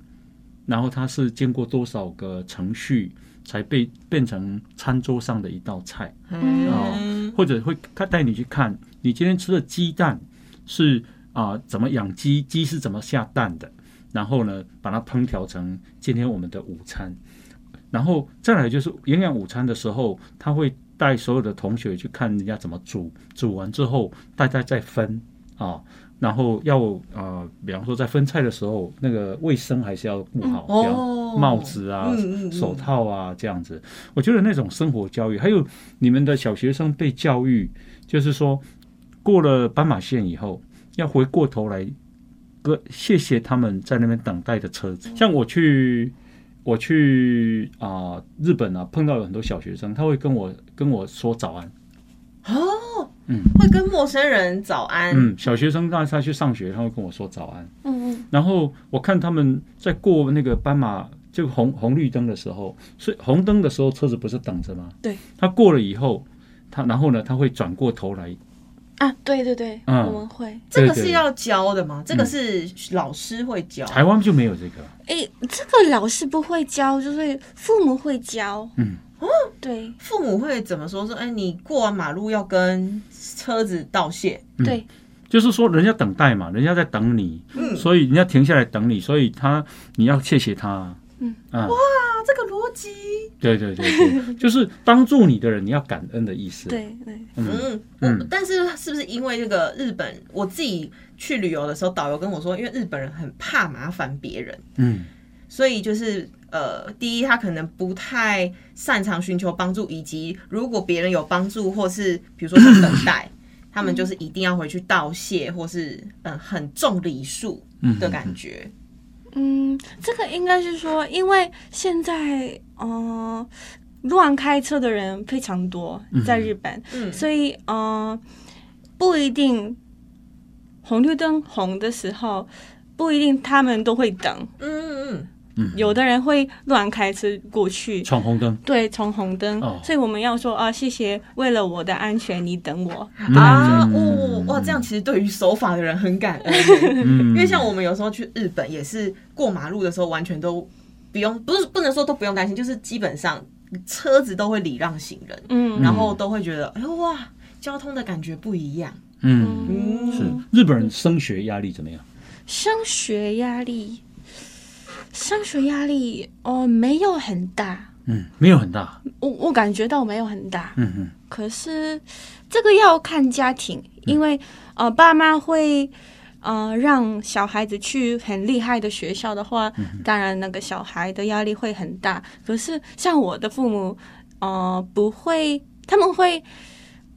Speaker 4: 然后它是经过多少个程序才被变成餐桌上的一道菜。
Speaker 2: 嗯
Speaker 4: 哦
Speaker 3: 嗯，
Speaker 4: 或者会看带你去看你今天吃的鸡蛋是啊、怎么养鸡，鸡是怎么下蛋的，然后呢把它烹调成今天我们的午餐，然后再来就是营养午餐的时候，他会带所有的同学去看人家怎么煮，煮完之后大家再分啊。然后要啊，比方说在分菜的时候，那个卫生还是要顾好，
Speaker 3: 嗯
Speaker 4: 比方
Speaker 3: 哦
Speaker 4: 帽子啊、
Speaker 3: 嗯嗯嗯
Speaker 4: 手套啊这样子。我觉得那种生活教育，还有你们的小学生被教育，就是说过了斑马线以后，要回过头来，哥谢谢他们在那边等待的车子。像我去。我去啊、日本啊，碰到有很多小学生，他会跟我跟我说早安。
Speaker 3: 哦，
Speaker 4: 嗯
Speaker 3: 会跟陌生人早安，
Speaker 4: 嗯，小学生他他去上学，他会跟我说早安。
Speaker 2: 嗯嗯，
Speaker 4: 然后我看他们在过那个斑马就红红绿灯的时候，是红灯的时候车子不是等着吗？
Speaker 2: 对，
Speaker 4: 他过了以后，他然后呢，他会转过头来，
Speaker 2: 啊，对对对，
Speaker 4: 嗯
Speaker 2: 我们会。
Speaker 3: 这个
Speaker 4: 对对嗯
Speaker 3: 是要教的吗？这个是老师会教。
Speaker 4: 台湾就没有这个，
Speaker 2: 诶，这个老师不会教，就是父母会教。
Speaker 4: 嗯，
Speaker 2: 对
Speaker 3: 父母会怎么说？说，哎，你过完马路要跟车子道谢。
Speaker 2: 对，
Speaker 4: 就是说人家等待嘛，人家在等你，
Speaker 3: 嗯，
Speaker 4: 所以人家停下来等你，所以他你要谢谢他。
Speaker 2: 嗯
Speaker 4: 啊，
Speaker 3: 啊，这个逻辑，
Speaker 4: 对对对对，就是帮助你的人，你要感恩的意思。，
Speaker 2: 对对，
Speaker 4: 嗯
Speaker 3: 嗯，
Speaker 4: 嗯
Speaker 3: 我但是是不是因为这个日本，我自己去旅游的时候，导游跟我说，因为日本人很怕麻烦别人。
Speaker 4: 嗯
Speaker 3: 所以就是呃，第一，他可能不太擅长寻求帮助，以及如果别人有帮助或是比如说是等 待，他们就是一定要回去道谢，或是嗯、呃很重礼数
Speaker 4: 嗯
Speaker 3: 的感觉。
Speaker 2: 嗯，这个应该是说，因为现在呃，乱开车的人非常多，在日本，
Speaker 3: 嗯，
Speaker 2: 所以呃，不一定红绿灯红的时候，不一定他们都会等，
Speaker 3: 嗯嗯，
Speaker 2: 有的人会乱开车过去，
Speaker 4: 闯红灯，
Speaker 2: 对，从红灯，
Speaker 4: 哦
Speaker 2: 所以我们要说啊，谢谢，为了我的安全，你等我。
Speaker 4: 嗯
Speaker 3: 啊，哦，哇，这样其实对于守法的人很感恩，
Speaker 4: 嗯
Speaker 3: 因为像我们有时候去日本也是过马路的时候，完全都不用，不是不能说都不用担心，就是基本上车子都会礼让行人，
Speaker 2: 嗯
Speaker 3: 然后都会觉得，哎呦哇，交通的感觉不一样。
Speaker 4: 嗯，
Speaker 3: 嗯，
Speaker 4: 是日本人升学压力怎么样？
Speaker 2: 升学压力，升学压力哦，没有很大，
Speaker 4: 嗯，没有很大，
Speaker 2: 我我感觉到没有很大，
Speaker 4: 嗯嗯
Speaker 2: 可是这个要看家庭，因为呃，爸妈会。呃，让小孩子去很厉害的学校的话，
Speaker 4: 嗯
Speaker 2: 当然那个小孩的压力会很大。可是像我的父母，呃，不会，他们会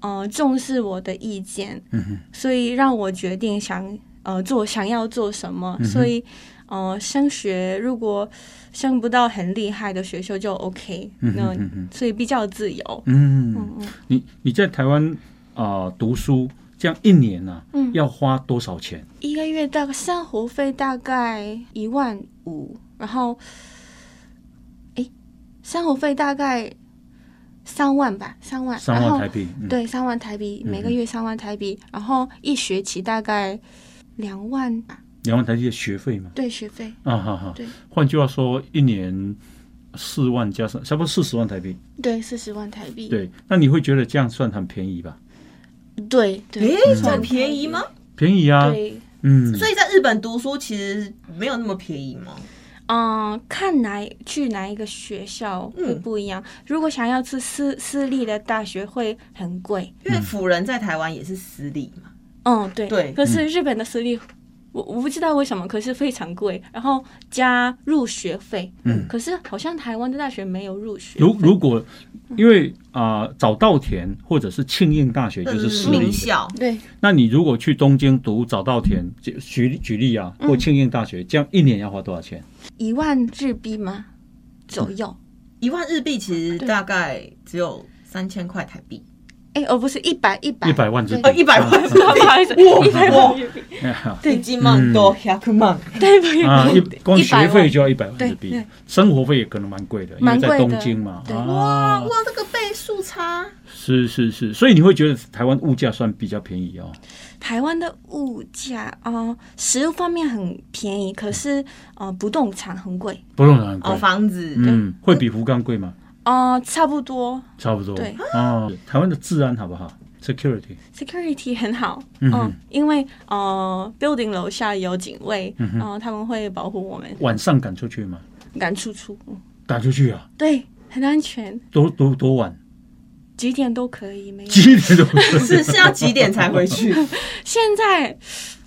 Speaker 2: 呃重视我的意见，
Speaker 4: 嗯哼
Speaker 2: 所以让我决定想呃做想要做什
Speaker 4: 嗯
Speaker 2: 么。所以呃，升学如果升不到很厉害的学校就 OK，、那、
Speaker 4: 嗯嗯
Speaker 2: 所以比较自由。
Speaker 4: 嗯，你你在台湾啊、读书，这样一年呢、啊，
Speaker 2: 嗯
Speaker 4: 要花多少钱？
Speaker 2: 一个月大概生活费大概一万五，然后，诶，生活费大概三万吧，三万，
Speaker 4: 三
Speaker 2: 啊然
Speaker 4: 万
Speaker 2: 后
Speaker 4: 台币，嗯，
Speaker 2: 对，三万台币，每个月三万台币，然后一学期大概两万吧，
Speaker 4: 两万台币的学费嘛，
Speaker 2: 对，学费，
Speaker 4: 啊哈哈
Speaker 2: 对，
Speaker 4: 换句话说，一年四万加上差不多四十万台币，
Speaker 2: 对，四十万台币，
Speaker 4: 对，那你会觉得这样算很便宜吧？
Speaker 2: 对
Speaker 4: 嗯
Speaker 2: 对
Speaker 3: 哎，算便宜吗？
Speaker 4: 便宜啊，
Speaker 2: 对，
Speaker 4: 嗯，
Speaker 3: 所以在日本读书其实没有那么便宜吗？
Speaker 2: 嗯，看哪去哪一个学校会不一样。如果想要去私私立的大学会很贵，
Speaker 3: 因为辅仁在台湾也是私立嘛。
Speaker 2: 嗯，对
Speaker 3: 对
Speaker 2: 可是日本的私立，我我不知道为什么，可是非常贵，然后加入学费。
Speaker 4: 嗯，
Speaker 2: 可是好像台湾的大学没有入学费。
Speaker 4: 如如果
Speaker 2: 嗯
Speaker 4: 因为啊、早稻田或者是庆应大
Speaker 2: 嗯
Speaker 4: 学就是私立
Speaker 3: 名
Speaker 4: 的，
Speaker 3: 校，
Speaker 2: 对
Speaker 4: 那你如果去东京读早稻田，就举举例啊，
Speaker 2: 嗯
Speaker 4: 或庆应大学，这样一年要花多少钱？
Speaker 2: 一万日币吗？左右？
Speaker 3: 一万日币其实大概只有三千块台币，
Speaker 2: 哎、哦，不是一百一百
Speaker 4: 嗯一百万日币
Speaker 3: 呃，一百万 日
Speaker 2: 不好意思，一百万日币，
Speaker 3: 币，一
Speaker 4: 嗯
Speaker 3: 万多，百万。
Speaker 2: 对 不起
Speaker 4: 啊，一光
Speaker 2: 100
Speaker 4: 学
Speaker 2: 万
Speaker 4: 费就要一百万日币
Speaker 2: 对对，
Speaker 4: 生活费也可能蛮贵的，因为
Speaker 2: 蛮
Speaker 4: 在
Speaker 2: 贵的
Speaker 4: 东京嘛，
Speaker 2: 对
Speaker 4: 啊，
Speaker 3: 哇，这个倍数差，
Speaker 4: 是是是，所以你会觉得台湾物价算比较便宜哦，
Speaker 2: 台湾的物价啊、呃食物方面很便宜，可是呃，不动产很贵。
Speaker 4: 不用很贵
Speaker 3: 哦，，房子，
Speaker 4: 嗯，会比福冈贵吗？
Speaker 2: 哦，差不多
Speaker 4: 差不多，
Speaker 2: 对啊
Speaker 4: 哦，台湾的治安好不好？Security，
Speaker 2: ，security 很好，
Speaker 4: 嗯
Speaker 2: 嗯，
Speaker 4: 哼
Speaker 2: 因为呃，building 楼下有警卫，嗯、他们会保护我们，
Speaker 4: 晚上赶出去吗？
Speaker 2: 赶出出，嗯
Speaker 4: 赶出去啊，
Speaker 2: 对，很安全，
Speaker 4: 多多多晚，
Speaker 2: 嗯几点都可以，没有。
Speaker 4: 几点都不是
Speaker 3: 是是要几点才回 去？
Speaker 2: 现在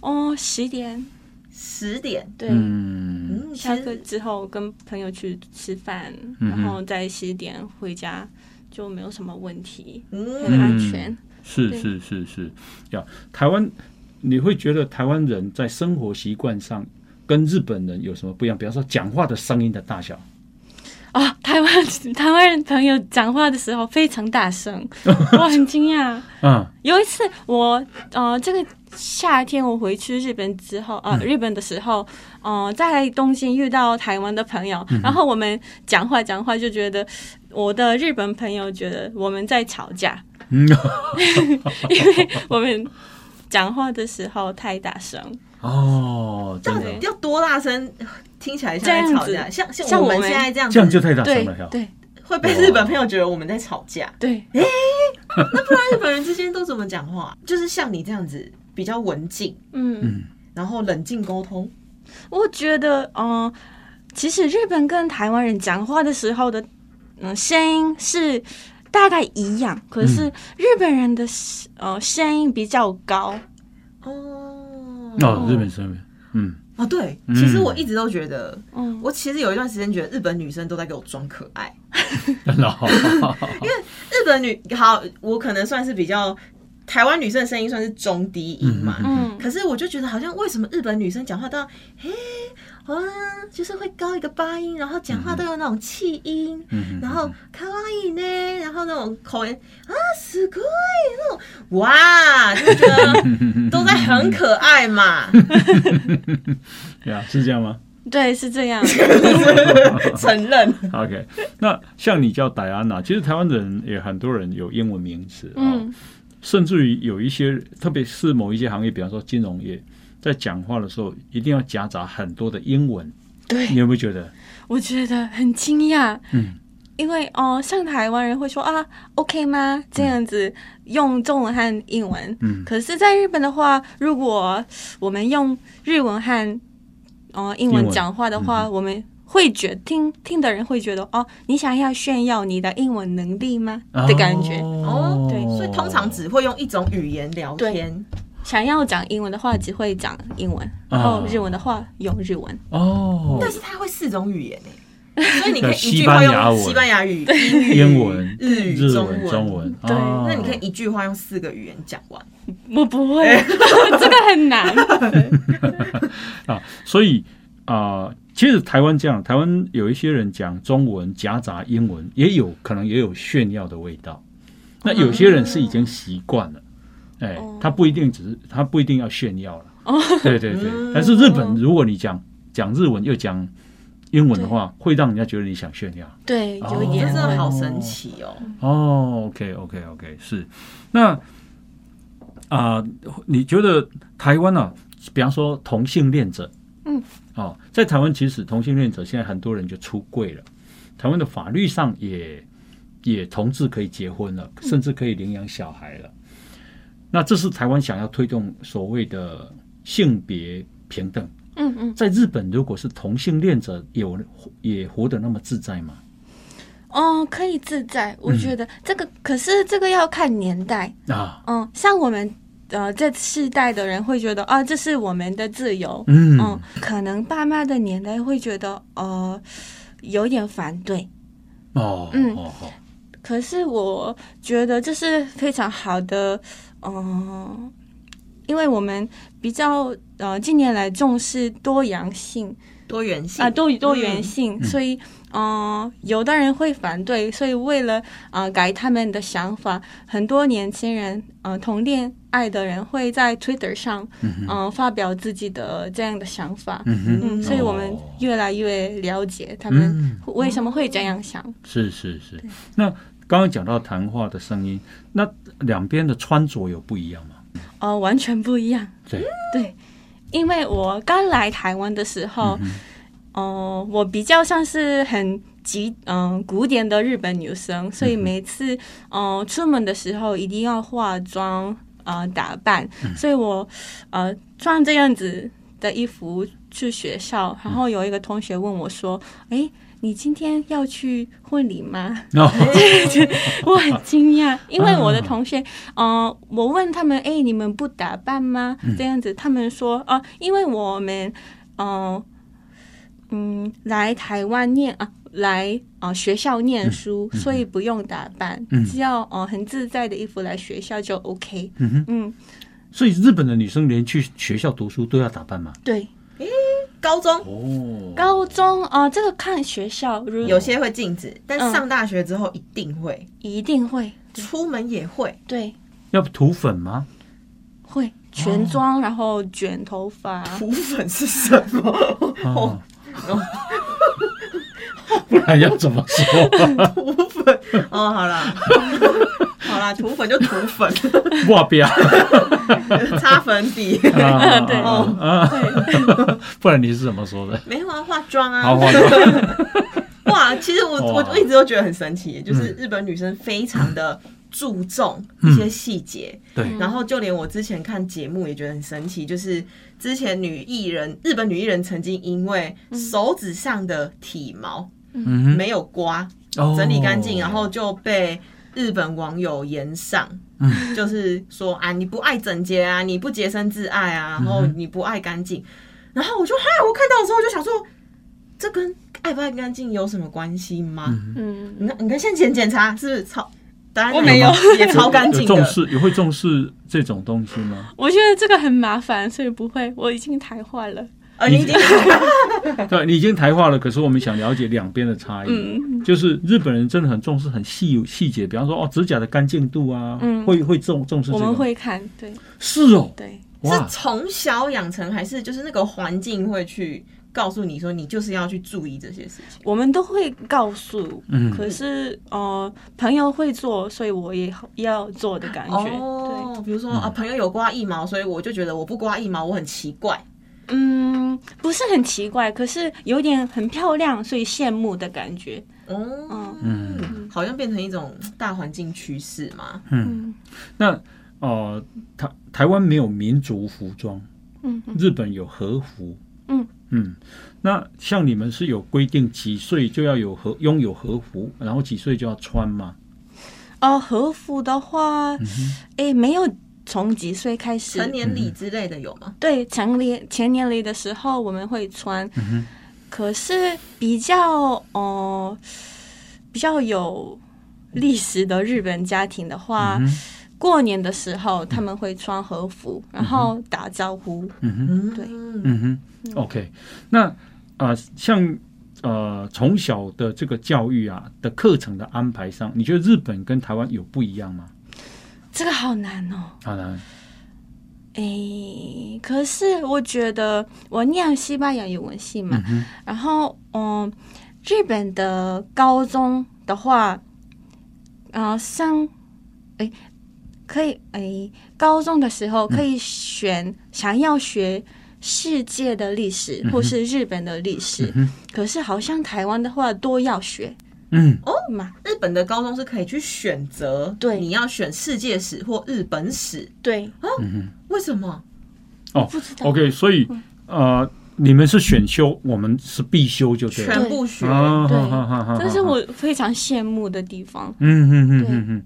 Speaker 2: 哦，十点，
Speaker 3: 十点。
Speaker 2: 对，
Speaker 4: 嗯，
Speaker 3: 嗯，
Speaker 2: 下
Speaker 3: 其
Speaker 2: 课
Speaker 3: 实
Speaker 2: 之后跟朋友去吃饭，
Speaker 4: 嗯哼
Speaker 2: 然后再十点回家，就没有什么问题，
Speaker 3: 嗯，
Speaker 2: 很安全。
Speaker 4: 是
Speaker 2: 对
Speaker 4: 是是是，呀，台湾，你会觉得台湾人在生活习惯上跟日本人有什么不一样？比方说讲话的声音的大小，
Speaker 2: 啊、台湾台湾人朋友讲话的时候非常大声， 我很惊讶。
Speaker 4: 嗯
Speaker 2: 有一次我呃，这个夏天我回去日本之后，
Speaker 4: 嗯
Speaker 2: 呃，日本的时候，呃，在东京遇到台湾的朋友，
Speaker 4: 嗯
Speaker 2: 然后我们讲话讲话就觉得我的日本朋友觉得我们在吵 架，
Speaker 4: 嗯。
Speaker 2: 因为我们讲话的时候太大声，
Speaker 4: 哦，真
Speaker 3: 到
Speaker 4: 的
Speaker 3: 底要多大声？听起来像在吵架，像
Speaker 2: 像
Speaker 3: 像
Speaker 2: 我
Speaker 3: 我们
Speaker 2: 们
Speaker 3: 现在这样子，
Speaker 4: 这样就太大声
Speaker 2: 对
Speaker 4: 了呀！
Speaker 2: 对
Speaker 3: 会被日本朋友觉得我们在吵架。
Speaker 2: 对，
Speaker 3: 那日本人之间都怎么讲话？就是像你这样子，比较文静，
Speaker 2: 嗯。
Speaker 3: 然后冷静沟通。
Speaker 2: 我觉得，嗯、其实日本跟台湾人讲话的时候的，嗯、声音是大概一样，可是日本人的声呃声音比较高，
Speaker 3: 哦
Speaker 4: 哦，日本 生命，嗯，
Speaker 3: 哦，对，其实我一直都觉得，
Speaker 2: 嗯，
Speaker 3: 我其实有一段时间觉得日本女生都在给我装可爱。
Speaker 4: 然后
Speaker 3: 日本女好，我可能算是比较台湾女生的声音算是中低音嘛，
Speaker 2: 嗯
Speaker 3: 可是我就觉得好像为什么日本女生讲话都要嘿啊，就是会高一个八音，然后讲话都有那种气音，
Speaker 4: 嗯
Speaker 3: 然后可爱呢，然后那种口音啊，すごい那种哇，就觉得都在很可爱嘛。
Speaker 4: 呀，是这样吗？
Speaker 2: 对，是这样。
Speaker 3: 承认
Speaker 4: OK，那像你叫戴安娜，其实台湾人也很多人有英文名字啊、哦
Speaker 2: 嗯，
Speaker 4: 甚至于有一些，特别是某一些行业，比方说金融业，在讲话的时候一定要夹杂很多的英文，
Speaker 2: 对
Speaker 4: 你，有没有觉得？
Speaker 2: 我觉得很惊讶，
Speaker 4: 嗯，
Speaker 2: 因为哦、像台湾人会说啊，OK 吗？这样子用中文和英文，
Speaker 4: 嗯
Speaker 2: 可是，在日本的话，如果我们用日文和哦、呃英
Speaker 4: 英
Speaker 2: 文
Speaker 4: 文嗯
Speaker 2: 讲话的话，我们会觉听听的人会觉得哦，你想要炫耀你的英文能力吗的感觉？
Speaker 3: 哦
Speaker 2: 对
Speaker 3: 所以通常只会用一种语言聊天。
Speaker 2: 想要讲英文的话，只会讲英文；然后日文的话，用日文。
Speaker 4: 哦，
Speaker 3: 但是他会四种语言 欸所以你可以
Speaker 4: 西
Speaker 3: 一句话
Speaker 4: 班牙
Speaker 3: 用
Speaker 4: 文
Speaker 3: 西班牙语、英语、
Speaker 4: 英文
Speaker 3: 日语、
Speaker 4: 日
Speaker 3: 中
Speaker 4: 文、中文，
Speaker 2: 对
Speaker 4: 哦
Speaker 3: 那你可以一句话用四个语言讲完。
Speaker 2: 我不会， 这个很 难。
Speaker 4: 啊，所以啊、呃其实台湾这样，台湾有一些人讲中文夹杂英文，也有可能也有炫耀的味道。那有些人是已经习惯了，哎、
Speaker 2: 哦
Speaker 4: 他不一定只是他不一定要炫耀了。
Speaker 2: 哦
Speaker 4: 对对对，
Speaker 3: 嗯
Speaker 4: 但是日本如果你讲讲日文又讲英文的话，会让人家觉得你想炫耀。
Speaker 2: 对，有一
Speaker 3: 这
Speaker 2: 点
Speaker 3: 真
Speaker 4: 哦
Speaker 3: 的好神奇哦！
Speaker 4: 哦，OK OK OK，是。那啊、你觉得台湾啊，比方说同性恋者，
Speaker 2: 嗯，
Speaker 4: 哦，在台湾其实同性恋者现在很多人就出柜了，台湾的法律上也也同志可以结婚了，
Speaker 2: 嗯
Speaker 4: 甚至可以领养小孩了。那这是台湾想要推动所谓的性别平等。
Speaker 2: 嗯嗯。
Speaker 4: 在日本，如果是同性恋者有也活得那么自在吗？
Speaker 2: 哦，可以自在，我觉得这个、可是这个要看年代。
Speaker 4: 啊，
Speaker 2: 嗯，像我们呃这世代的人会觉得啊，这是我们的自由。
Speaker 4: 嗯
Speaker 2: 嗯，可能爸妈的年代会觉得呃有点反对，
Speaker 4: 哦，
Speaker 2: 嗯
Speaker 4: 哦哦
Speaker 2: 可是我觉得这是非常好的，嗯、因为我们比较呃近年来重视多样性
Speaker 3: 多元性
Speaker 4: 嗯
Speaker 2: 啊，多多元性，所以嗯、呃有的人会反对，所以为了啊、呃改他们的想法，很多年轻人呃同恋爱的人会在 Twitter 上嗯、呃发表自己的这样的想法，
Speaker 4: 嗯哼，
Speaker 2: 嗯，所以我们
Speaker 4: 哦
Speaker 2: 越来越了解他
Speaker 4: 嗯
Speaker 2: 们为什么会这样想。
Speaker 4: 是是是。那刚刚讲到谈话的声音，那两边的穿着有不一样 吗？
Speaker 2: 哦，完全不一样。嗯
Speaker 4: 对，
Speaker 2: 对，因为我刚来台湾的时候，哦、我比较像是很极嗯、古典的日本女生，所以每次嗯、呃出门的时候一定要化妆啊、呃打扮，所以我呃穿这样子的衣服去学校，然后有一个同学问我说：“诶，你今天要去婚礼吗？”
Speaker 4: 哦，
Speaker 2: 我很惊讶，因为我的同学，呃，我问他们，哎、你们不打扮吗？这样子，他们说，哦、因为我们，呃，嗯，来台湾念啊，来啊、呃学校念书，所以不用打扮，只要哦、呃很自在的衣服来学校就 OK。
Speaker 4: 嗯哼
Speaker 2: 嗯，
Speaker 4: 所以日本的女生连去学校读书都要打扮吗？
Speaker 2: 对，
Speaker 3: 高中
Speaker 4: 哦，
Speaker 2: 高中啊、呃这个看学校，如
Speaker 4: 嗯
Speaker 3: 有些会禁止，但
Speaker 2: 嗯
Speaker 3: 上大学之后一定会，
Speaker 2: 一定会，
Speaker 3: 出门也会。
Speaker 2: 对，
Speaker 4: 要涂粉吗？
Speaker 2: 会全妆，然后卷头发，
Speaker 3: 涂粉是什么？
Speaker 4: 哦，不然要怎 么说？
Speaker 3: 涂粉哦，好啦， 好啦，涂粉就涂粉，
Speaker 4: 哇不要
Speaker 3: 擦粉哦底。
Speaker 4: 啊！
Speaker 2: 对
Speaker 4: 啊，不然你是怎么说的？
Speaker 3: 没有啊，化妆啊。
Speaker 4: 好好
Speaker 3: 哇，其实我我
Speaker 4: 哇嗯
Speaker 3: 我一直都觉得很神奇，就是日本女生非常的注重一些细节，
Speaker 4: 对
Speaker 3: 然后就连我之前看节目也觉得很神奇，就是之前女艺人日本女艺人曾经因为手指上的体毛
Speaker 4: 嗯哼
Speaker 3: 没有刮，
Speaker 4: 哦
Speaker 3: 整理干净，然啊后就被日本网友言上，
Speaker 4: 嗯
Speaker 3: 就是说啊，你不爱整洁啊，你不洁身自爱啊，然后
Speaker 4: 嗯
Speaker 3: 你不爱干净。然后我就嗨，我看到的时候我就想说，这跟爱不爱干净有什么关系吗？
Speaker 2: 嗯。
Speaker 3: 你看，你看，现在检检查是不是超？答案
Speaker 2: 我没有
Speaker 3: 也超干净
Speaker 4: 有
Speaker 3: 的。
Speaker 4: 重视，有会重视这种东西吗？
Speaker 2: 我觉得这个很麻烦，所以不会，我已经台化了。
Speaker 3: 呃，你已经
Speaker 4: 对你已经台化了，可是我们想了解两边的差异。
Speaker 2: 嗯，
Speaker 4: 就是日本人真的很重视很细细节，比方说哦指甲的干净度啊，
Speaker 2: 嗯
Speaker 4: 会会重重视这
Speaker 2: 我
Speaker 4: 个。
Speaker 2: 们会看，对
Speaker 4: 是哦，
Speaker 2: 对，
Speaker 3: 是
Speaker 4: 哇，
Speaker 3: 从小养成，还是就是那个环境会去告诉你说，你就是要去注意这些事情。
Speaker 2: 我们都会告诉，
Speaker 4: 嗯
Speaker 2: 可是呃，朋友会做，所以我也要做的感觉。对，
Speaker 3: 哦，比如说
Speaker 4: 嗯
Speaker 3: 啊，朋友有刮腋毛，所以我就觉得我不刮腋毛我很奇怪。
Speaker 2: 嗯，不是很奇怪，可是有点很漂亮，所以羡慕的感觉。
Speaker 3: 哦，
Speaker 4: 嗯
Speaker 3: 好像变成一种大环境趋势嘛。
Speaker 2: 嗯
Speaker 4: 那呃，台台湾没有民族服装，
Speaker 2: 嗯嗯
Speaker 4: 日本有和服，
Speaker 2: 嗯
Speaker 4: 嗯，那像你们是有规定几岁就要有和拥有和服，然后几岁就要穿吗？
Speaker 2: 哦，和服的话，诶，没有从几岁开始，
Speaker 3: 成年礼之类的有吗？
Speaker 2: 对，前年前年里的时候我们会穿，可是比较哦、比较有历史的日本家庭的话，过年的时候他们会穿和服，然后打招呼。
Speaker 3: 嗯，
Speaker 2: 对
Speaker 3: 对，
Speaker 4: 嗯哼，OK，那啊、呃像呃从小的这个教育啊的课程的安排上，你觉得日本跟台湾有不一样吗？
Speaker 2: 这个好难哦，
Speaker 4: 啊，来
Speaker 2: 诶，可是我觉得我念西班牙语文系嘛，然后嗯，日本的高中的话，啊、上诶可以诶，高中的时候可以选想要学世界的历史、或是日本的历史，可是好像台湾的话都要学
Speaker 4: 嗯
Speaker 2: 嘛，
Speaker 3: 日本的高中是可以去选择，
Speaker 2: 对
Speaker 3: 你要选世界史或日本史，
Speaker 2: 对，
Speaker 3: 为什么？
Speaker 4: 哦
Speaker 2: 不知道
Speaker 4: ，OK，所以呃你们是选修，我们是必修就对了。
Speaker 3: 全部学？
Speaker 4: 啊
Speaker 2: 对
Speaker 4: 哈哈哈哈
Speaker 2: 这是
Speaker 4: 哈
Speaker 2: 我非常羡慕的地方。
Speaker 4: 嗯嗯嗯嗯嗯，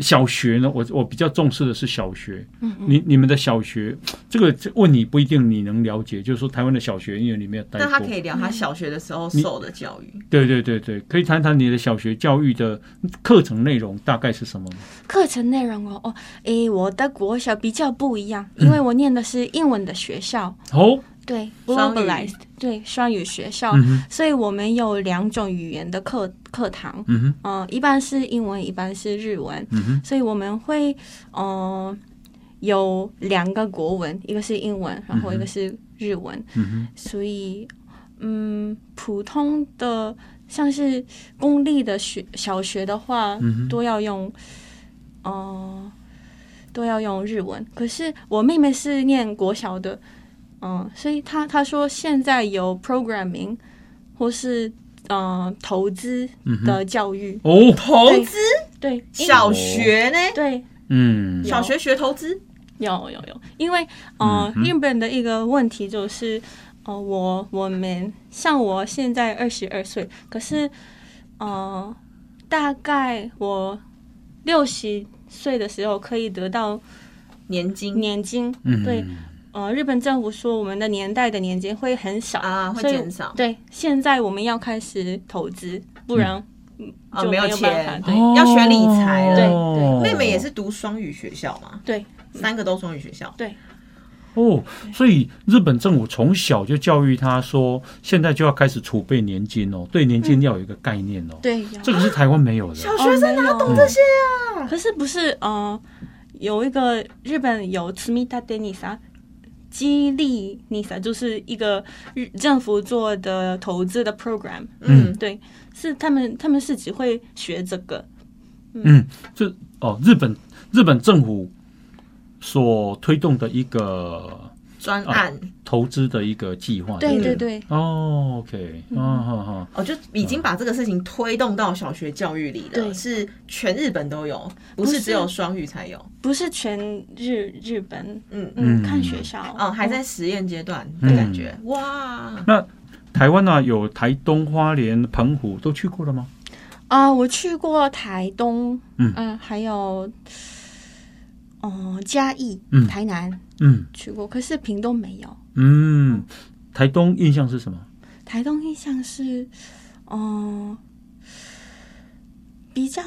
Speaker 4: 小学呢，我我比较重视的是小学。嗯你你们的小学，这个这问你不一定你能了解，就是说台湾的小学，因为你没有待
Speaker 3: 但
Speaker 4: 过。
Speaker 3: 他可以聊他小学的时候受的教育。
Speaker 4: 对对对对，可以谈谈你的小学教育的课程内容大概是什么吗？
Speaker 2: 课程内容哦，哦，诶，我的国小比较不一样，因为
Speaker 3: 嗯
Speaker 2: 我念的是英文的学校，
Speaker 4: 哦，
Speaker 2: 对
Speaker 3: 双语
Speaker 2: ，globalized，对，双语学校，
Speaker 4: 嗯
Speaker 2: 所以我们有两种语言的课课堂，
Speaker 4: 嗯哼，嗯
Speaker 2: 嗯、一般是英文，一般是日文，所以我们会，呃，有两个国文，一个是英
Speaker 4: 嗯
Speaker 2: 文，然后一个是日文，所以，嗯，普通的像是公立的学小学的话，
Speaker 4: 嗯
Speaker 2: 都要用，呃，都要用日文。可是我妹妹是念国小的，嗯、所以她她说现在有 programming 或是呃投资的教育，
Speaker 4: 哦，
Speaker 3: 投资
Speaker 2: 对，因
Speaker 3: 小学呢？
Speaker 2: 对
Speaker 4: 嗯，
Speaker 3: 小学学投资，
Speaker 2: 有有有，因为呃，日本的一个问题就是，呃，我我们像我现在二十二岁，可是呃，大概我六十岁的时候可以得到
Speaker 3: 年金
Speaker 2: 年金，对。呃，日本政府说我们的年代的年金会很少
Speaker 3: 啊会
Speaker 2: 所以
Speaker 3: 减少
Speaker 2: 对，现在我们要开始投资，不然
Speaker 3: 啊
Speaker 2: 就
Speaker 3: 没有
Speaker 2: 有办法。
Speaker 3: 钱，
Speaker 2: 对、
Speaker 4: 哦
Speaker 3: 要学理财了
Speaker 2: 对
Speaker 3: 妹妹也是读双语学校嘛，
Speaker 2: 对
Speaker 3: 三个都双语学校。
Speaker 2: 对，
Speaker 4: 哦，所以日本政府从小就教育他说，现在就要开始储备年金哦，对年金要有一个概念哦，
Speaker 2: 对，有
Speaker 4: 这个是台湾哦没有的。
Speaker 3: 小学生哪懂这些啊？
Speaker 2: 可是不是呃，有一个日本有 t s u m i t a d e n i s a 激励 NISA 就是一个日政府做的投资的 program，
Speaker 3: 嗯，
Speaker 2: 对，是他们他们是只会学这个，
Speaker 4: 嗯，这哦，日本日本政府所推动的一个
Speaker 3: 专
Speaker 4: 哦
Speaker 3: 案
Speaker 4: 投资的一个计划。
Speaker 2: 对
Speaker 4: 不
Speaker 2: 对对，
Speaker 4: 哦，OK，啊哈哈，
Speaker 3: 哦，就已经把这个事情推动到小学教育里了，
Speaker 2: 对
Speaker 3: 是全日本都有，不
Speaker 2: 不
Speaker 3: 是
Speaker 2: 是
Speaker 3: 只有双语才有。
Speaker 2: 不是全日日本，
Speaker 3: 嗯
Speaker 2: 嗯
Speaker 4: 嗯，
Speaker 2: 看学校，
Speaker 3: 哦，还在实验阶段的感觉，哇！
Speaker 4: 那台湾呢、啊有台东、花莲、澎湖都去过了吗？
Speaker 2: 啊、我去过台东，
Speaker 4: 嗯
Speaker 2: 嗯、还有，哦、嘉义、
Speaker 4: 嗯
Speaker 2: 台南
Speaker 4: 嗯
Speaker 2: 去过，可是屏东没有。
Speaker 4: 嗯，台东印象是什么？
Speaker 2: 台东印象是，嗯、比较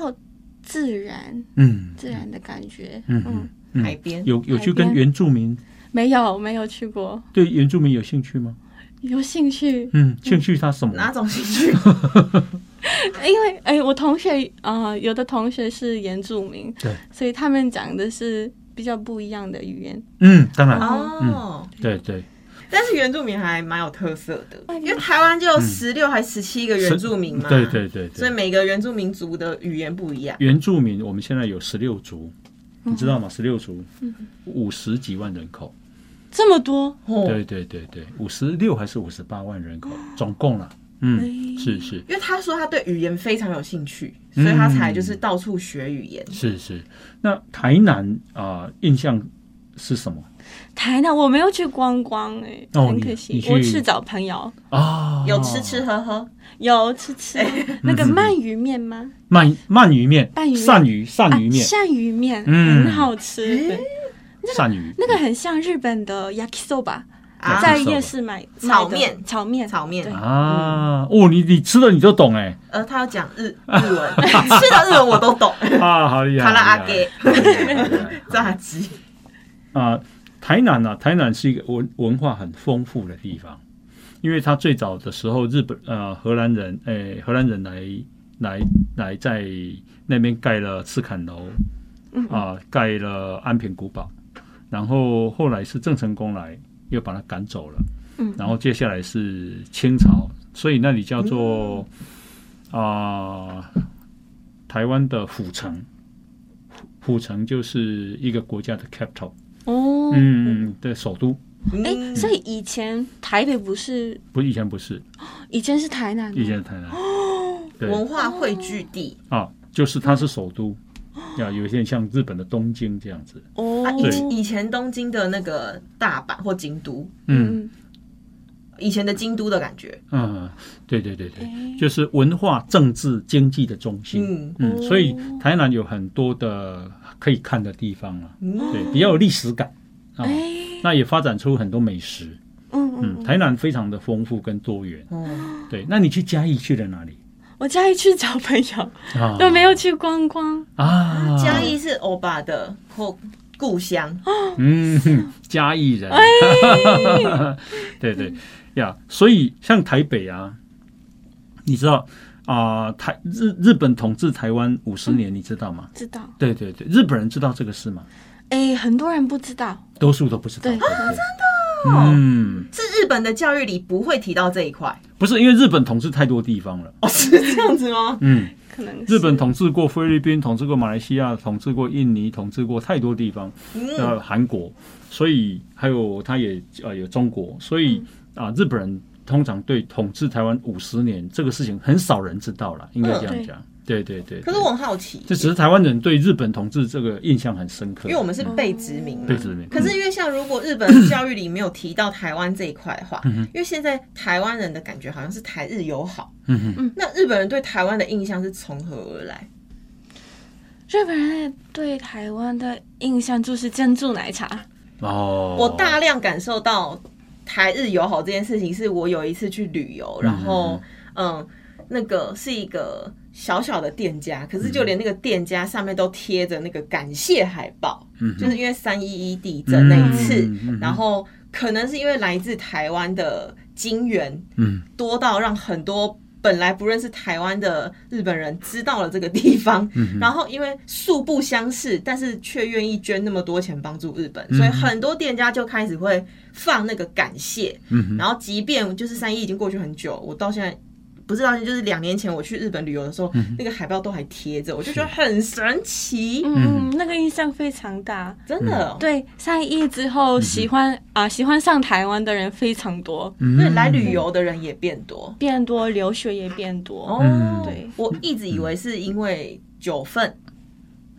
Speaker 2: 自然
Speaker 4: 嗯，
Speaker 2: 自然的感觉。
Speaker 4: 嗯
Speaker 2: 嗯，
Speaker 4: 嗯
Speaker 3: 海边
Speaker 4: 有有去跟
Speaker 2: 海边
Speaker 4: 原住民
Speaker 2: 没有没有去过，
Speaker 4: 对原住民有兴趣吗？
Speaker 2: 有兴趣，
Speaker 4: 嗯，兴趣他什么？
Speaker 3: 哪种兴趣？
Speaker 2: 因为哎，我同学啊、呃有的同学是原住民，
Speaker 4: 对，
Speaker 2: 所以他们讲的是比较不一样的语言。
Speaker 4: 嗯，当然，
Speaker 3: 哦，
Speaker 4: 对对。
Speaker 3: 但是原住民还蛮有特色的，因为台湾就有十六还十七个原住民嘛，
Speaker 4: 哎嗯对对对
Speaker 3: 所以
Speaker 4: 对，
Speaker 3: 每个原住民族的语言不一样。
Speaker 4: 原住民我们现在有十六族，你知道吗？十六族，五十几万人口，
Speaker 2: 这么多，
Speaker 3: 哦，
Speaker 4: 对对对对，五十六还是五十八万人口，总共了，嗯，
Speaker 2: 哎
Speaker 4: 是是
Speaker 3: 因为他说他对语言非常有兴趣，
Speaker 4: 嗯
Speaker 3: 所以他才就是到处学语言。
Speaker 4: 是是。那台南啊、印象是什么
Speaker 2: 台南我没有去观光哎、
Speaker 4: 哦
Speaker 2: 很
Speaker 4: 你
Speaker 2: 可惜
Speaker 4: 你，去
Speaker 2: 我去找朋友
Speaker 4: 啊？
Speaker 3: 有吃吃喝喝，
Speaker 2: 有吃 吃那个鳗鱼面吗？
Speaker 4: 鳗鳗鱼面、
Speaker 2: 鳗鱼面
Speaker 4: 鳝鱼、鳝鱼面、
Speaker 2: 啊、鳝鱼面，
Speaker 4: 嗯
Speaker 2: 很好吃。对
Speaker 4: 鳝鱼，
Speaker 2: 啊那个很像日本的 yakisoba，
Speaker 4: 啊
Speaker 2: 在夜市买买的
Speaker 3: 炒面
Speaker 2: 炒面，
Speaker 3: 炒面
Speaker 2: 对
Speaker 4: 啊，哦，你你吃了你就懂哎、
Speaker 3: 呃，他要讲日日文，吃的日文我都 懂，
Speaker 4: 啊，好厉害！
Speaker 3: 卡拉
Speaker 4: 好
Speaker 3: 阿
Speaker 4: 厉
Speaker 3: 给
Speaker 4: 害好厉害好厉害
Speaker 3: 炸鸡，
Speaker 4: 啊，台南啊，台南是一个文文化很丰富的地方，因为它最早的时候，日本呃荷兰人，诶、荷兰人来来来在那边盖了赤坎楼，啊、盖了安平古堡，然后后来是郑成功来又把他赶走了，
Speaker 2: 嗯
Speaker 4: 然后接下来是清朝，所以那里叫做啊、台湾的府城，府城就是一个国家的 capital。
Speaker 2: 哦，
Speaker 4: 嗯，的首都
Speaker 2: 哎、
Speaker 3: 嗯，
Speaker 2: 所以以前台北不是，
Speaker 4: 不以前不是，
Speaker 2: 以前是台南、哦，
Speaker 4: 以前是台南。对
Speaker 3: 文化汇聚地。
Speaker 4: 啊，就是它是首都，啊，有一些像日本的东京这样子。
Speaker 2: 哦
Speaker 3: 啊，，以前
Speaker 2: 嗯
Speaker 3: 以前东京的那个大阪或京都，
Speaker 4: 嗯
Speaker 2: 嗯，
Speaker 3: 以前的京都的感觉，
Speaker 4: 嗯，对对对对，
Speaker 2: 嗯
Speaker 4: 就是文化、政治、经济的中心。
Speaker 3: 嗯
Speaker 4: 嗯，所以
Speaker 2: 哦
Speaker 4: 台南有很多的可以看的地方啊，
Speaker 3: 嗯，
Speaker 4: 对，比较有历史感啊
Speaker 2: 哎、。
Speaker 4: 那也发展出很多美食。
Speaker 2: 嗯嗯
Speaker 4: 嗯，台南非常的丰富跟多元。
Speaker 3: 哦，
Speaker 4: 对，那你去嘉义去了哪里
Speaker 2: 我嘉义去找朋友，
Speaker 4: 啊？
Speaker 2: 都没有去观光，
Speaker 4: 啊，
Speaker 3: 嘉义是欧巴的后故乡，
Speaker 2: 啊
Speaker 4: 嗯，嘉义人， 对对呀，所以像台北啊，你知道啊、台日日本统治台湾五十年，你知道吗？
Speaker 2: 知道？
Speaker 4: 对对对，日本人知道这个事吗？
Speaker 2: 哎、很多人不知道，
Speaker 4: 多数都不知道，
Speaker 2: 对
Speaker 4: 对不对？嗯，
Speaker 3: 是日本的教育里不会提到这一块，
Speaker 4: 不是因为日本统治太多地方了，
Speaker 3: 哦，是这样子吗？
Speaker 4: 嗯，
Speaker 2: 可能是
Speaker 4: 日本统治过菲律宾，统治过马来西亚，统治过印尼，统治过太多地方，
Speaker 3: 嗯
Speaker 4: 呃，韩国，所以还有他也呃有中国，所
Speaker 3: 嗯
Speaker 4: 以啊、日本人通常对统治台湾五十年这个事情很少人知道了，应该这样讲，对对对。
Speaker 3: 嗯可是我很好奇，
Speaker 4: 这只是台湾人对日本统治这个印象很深刻，
Speaker 3: 因为我们是被殖民嘛
Speaker 4: 被。殖民，
Speaker 3: 可是因为像如果日本教育里没有提到台湾这一块的
Speaker 4: 嗯
Speaker 3: 话，因为现在台湾人的感觉好像是台日友好，
Speaker 4: 嗯哼
Speaker 3: 那日本人对台湾的印象是从何而来？
Speaker 2: 日本人对台湾的印象就是珍珠奶茶，
Speaker 4: 哦，
Speaker 3: 我大量感受到台日友好这件事情，是我有一次去旅游，然后嗯，那个是一个小小的店家，可
Speaker 4: 嗯
Speaker 3: 是就连那个店家上面都贴着那个感谢海报，就是因为三一一地震那一次，
Speaker 4: 嗯嗯嗯
Speaker 3: 然后可能是因为来自台湾的金源
Speaker 4: 嗯
Speaker 3: 多到让很多。本来不认识台湾的日本人知道了这个地方，
Speaker 4: 嗯
Speaker 3: 然后因为素不相识，但是却愿意捐那么多钱帮助日本，
Speaker 4: 嗯
Speaker 3: 所以很多店家就开始会放那个感谢。
Speaker 4: 嗯哼
Speaker 3: 然后即便就是三一已经过去很久，我到现在不知道，就是两年前我去日本旅游的时
Speaker 4: 嗯
Speaker 3: 候，那个海报都还贴着，我就觉得很神奇，
Speaker 2: 嗯嗯，那个印象非常大。
Speaker 3: 真的。
Speaker 2: 对，三一之
Speaker 4: 嗯
Speaker 2: 后喜欢啊、喜欢上台湾的人非常多，
Speaker 4: 嗯
Speaker 3: 所以来旅游的人也变多。
Speaker 2: 变多，留学也变
Speaker 4: 嗯
Speaker 2: 多。
Speaker 3: 哦，
Speaker 2: 对
Speaker 3: 我一直以为是因为九份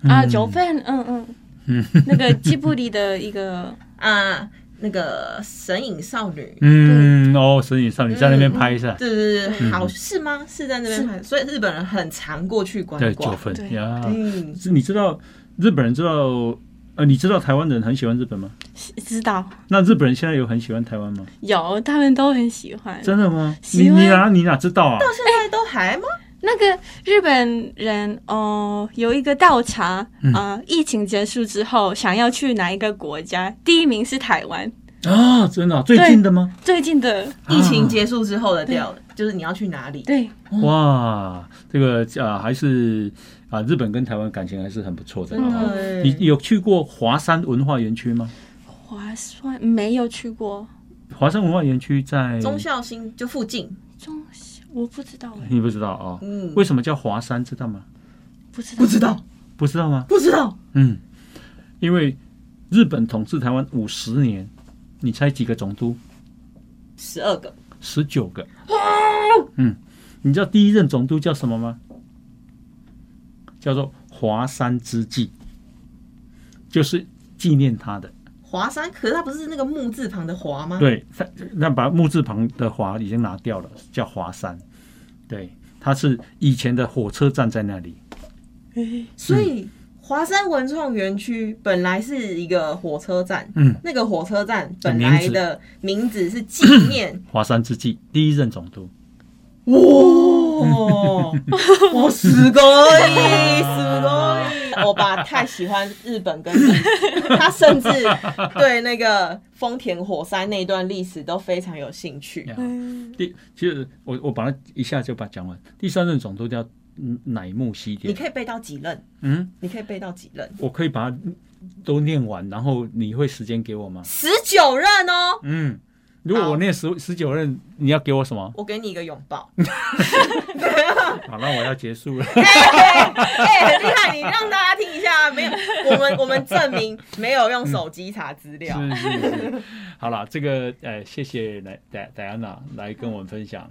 Speaker 2: 啊，九份，嗯嗯，那个吉卜力的一个，
Speaker 3: 啊，那个神隐少女，
Speaker 4: 嗯哦，所以上你在那边拍一下，
Speaker 3: 对对对，好是吗？是在那边看，所以日本人很常过去观
Speaker 4: 对
Speaker 3: 光
Speaker 4: 九。份
Speaker 2: 对
Speaker 4: 呀，
Speaker 3: 嗯，
Speaker 4: 是你知道日本人知道呃，你知道台湾人很喜欢日本吗？
Speaker 2: 知道
Speaker 4: 那日本人现在有很喜欢台湾吗？
Speaker 2: 有，他们都很喜欢。
Speaker 4: 真的吗？
Speaker 2: 呃喜
Speaker 4: 你
Speaker 2: 欢
Speaker 4: 你哪你哪知道啊？
Speaker 3: 现在都还吗？
Speaker 2: 那个日本人哦、有一个调查啊、
Speaker 4: 嗯
Speaker 2: 疫情结束之后想要去哪一个国家，第一名是台湾，
Speaker 4: 啊，真的啊、最近的吗？
Speaker 2: 最近的
Speaker 4: 啊
Speaker 3: 疫情结束之后的调，就是你要去哪里？
Speaker 2: 对
Speaker 4: 哇，这个啊、还是啊、日本跟台湾感情还是很不错的、
Speaker 2: 真
Speaker 4: 哦。
Speaker 2: 的
Speaker 3: 对
Speaker 4: 你有去过华山文化园区吗？
Speaker 2: 划算没有去过，
Speaker 4: 华山文化园区在
Speaker 3: 忠孝新就附近，
Speaker 2: 中西我不知道哎、
Speaker 4: 你不知道哦？
Speaker 3: 嗯，
Speaker 4: 为什么叫华山？知道吗？
Speaker 2: 不知道
Speaker 3: 不知道，
Speaker 4: 不知道吗？
Speaker 3: 不知道，
Speaker 4: 嗯，因为日本统治台湾五十年，你猜几个总督？
Speaker 3: 十二个
Speaker 4: 十九个。嗯，你知道第一任总督叫什么吗？叫做华山之祭，就是纪念他的。
Speaker 3: 华山，可是它不是那个木字旁的华吗？
Speaker 4: 对，他那把木字旁的华已经拿掉了，叫华山。对，它是以前的火车站在那里。
Speaker 2: 哎
Speaker 3: 所以华山文创园区本来是一个火车站，
Speaker 4: 嗯，
Speaker 3: 那个火车站
Speaker 4: 的
Speaker 3: 本
Speaker 4: 名
Speaker 3: 来
Speaker 4: 字
Speaker 3: 的名字是纪 念
Speaker 4: 华山之祭，第一任总督。
Speaker 3: 哇，哇，すごい，すごい！我爸太喜欢日本跟历史，他甚至对那个丰田火山那段历史都非常有兴趣。
Speaker 2: 嗯
Speaker 4: 第其实我我把它一下就把它讲完。第三任总督叫嗯乃木希
Speaker 3: 你
Speaker 4: 典，
Speaker 3: 可以背到几任？
Speaker 4: 嗯，
Speaker 3: 你可以背到几任？
Speaker 4: 我可以把它都念完，然后你会时间给我吗？
Speaker 3: 十九任哦！
Speaker 4: 嗯，如果
Speaker 3: 好？
Speaker 4: 我念十十九任，你要给我什么
Speaker 3: 我给你一个拥抱。
Speaker 4: 好，那我要结束了。
Speaker 3: 哎、很厉害！你让大家听一下，没有，我们我们证明 没有用手机查资料。
Speaker 4: 是是是，好了，这个呃，谢谢来戴戴安娜来跟我们分享。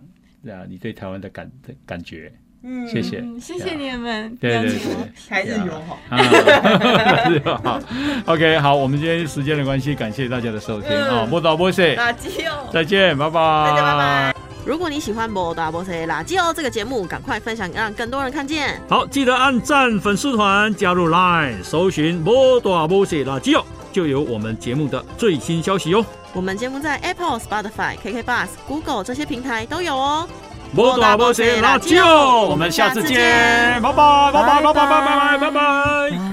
Speaker 4: 啊，你对台湾的感的感 觉，
Speaker 3: 嗯，
Speaker 4: 谢谢，
Speaker 2: 嗯，谢谢
Speaker 4: 对啊
Speaker 2: 你们
Speaker 4: 对
Speaker 2: 邀
Speaker 4: 对
Speaker 2: 请我。
Speaker 4: 对，
Speaker 3: 台日友好。
Speaker 4: 啊，是吧？OK，好，我们今天时间的关系，感谢大家的收听啊，莫导莫谢，
Speaker 3: 垃圾哦！
Speaker 4: 再见，拜拜，
Speaker 3: 大家拜拜。如果你喜欢《摩达波塞垃圾哦》这个节目，赶快分享，让更多人看见。
Speaker 4: 好，记得按赞粉丝团，加入 Line，搜寻“摩大摩西垃圾哦”，就有我们节目的最新消息哦。
Speaker 3: 我们节目在 Apple、Spotify、KK Bus、Google 这些平台都有哦。
Speaker 4: 摩大摩西垃圾哦，我们下次见，拜拜，拜拜，拜拜，拜拜，拜拜。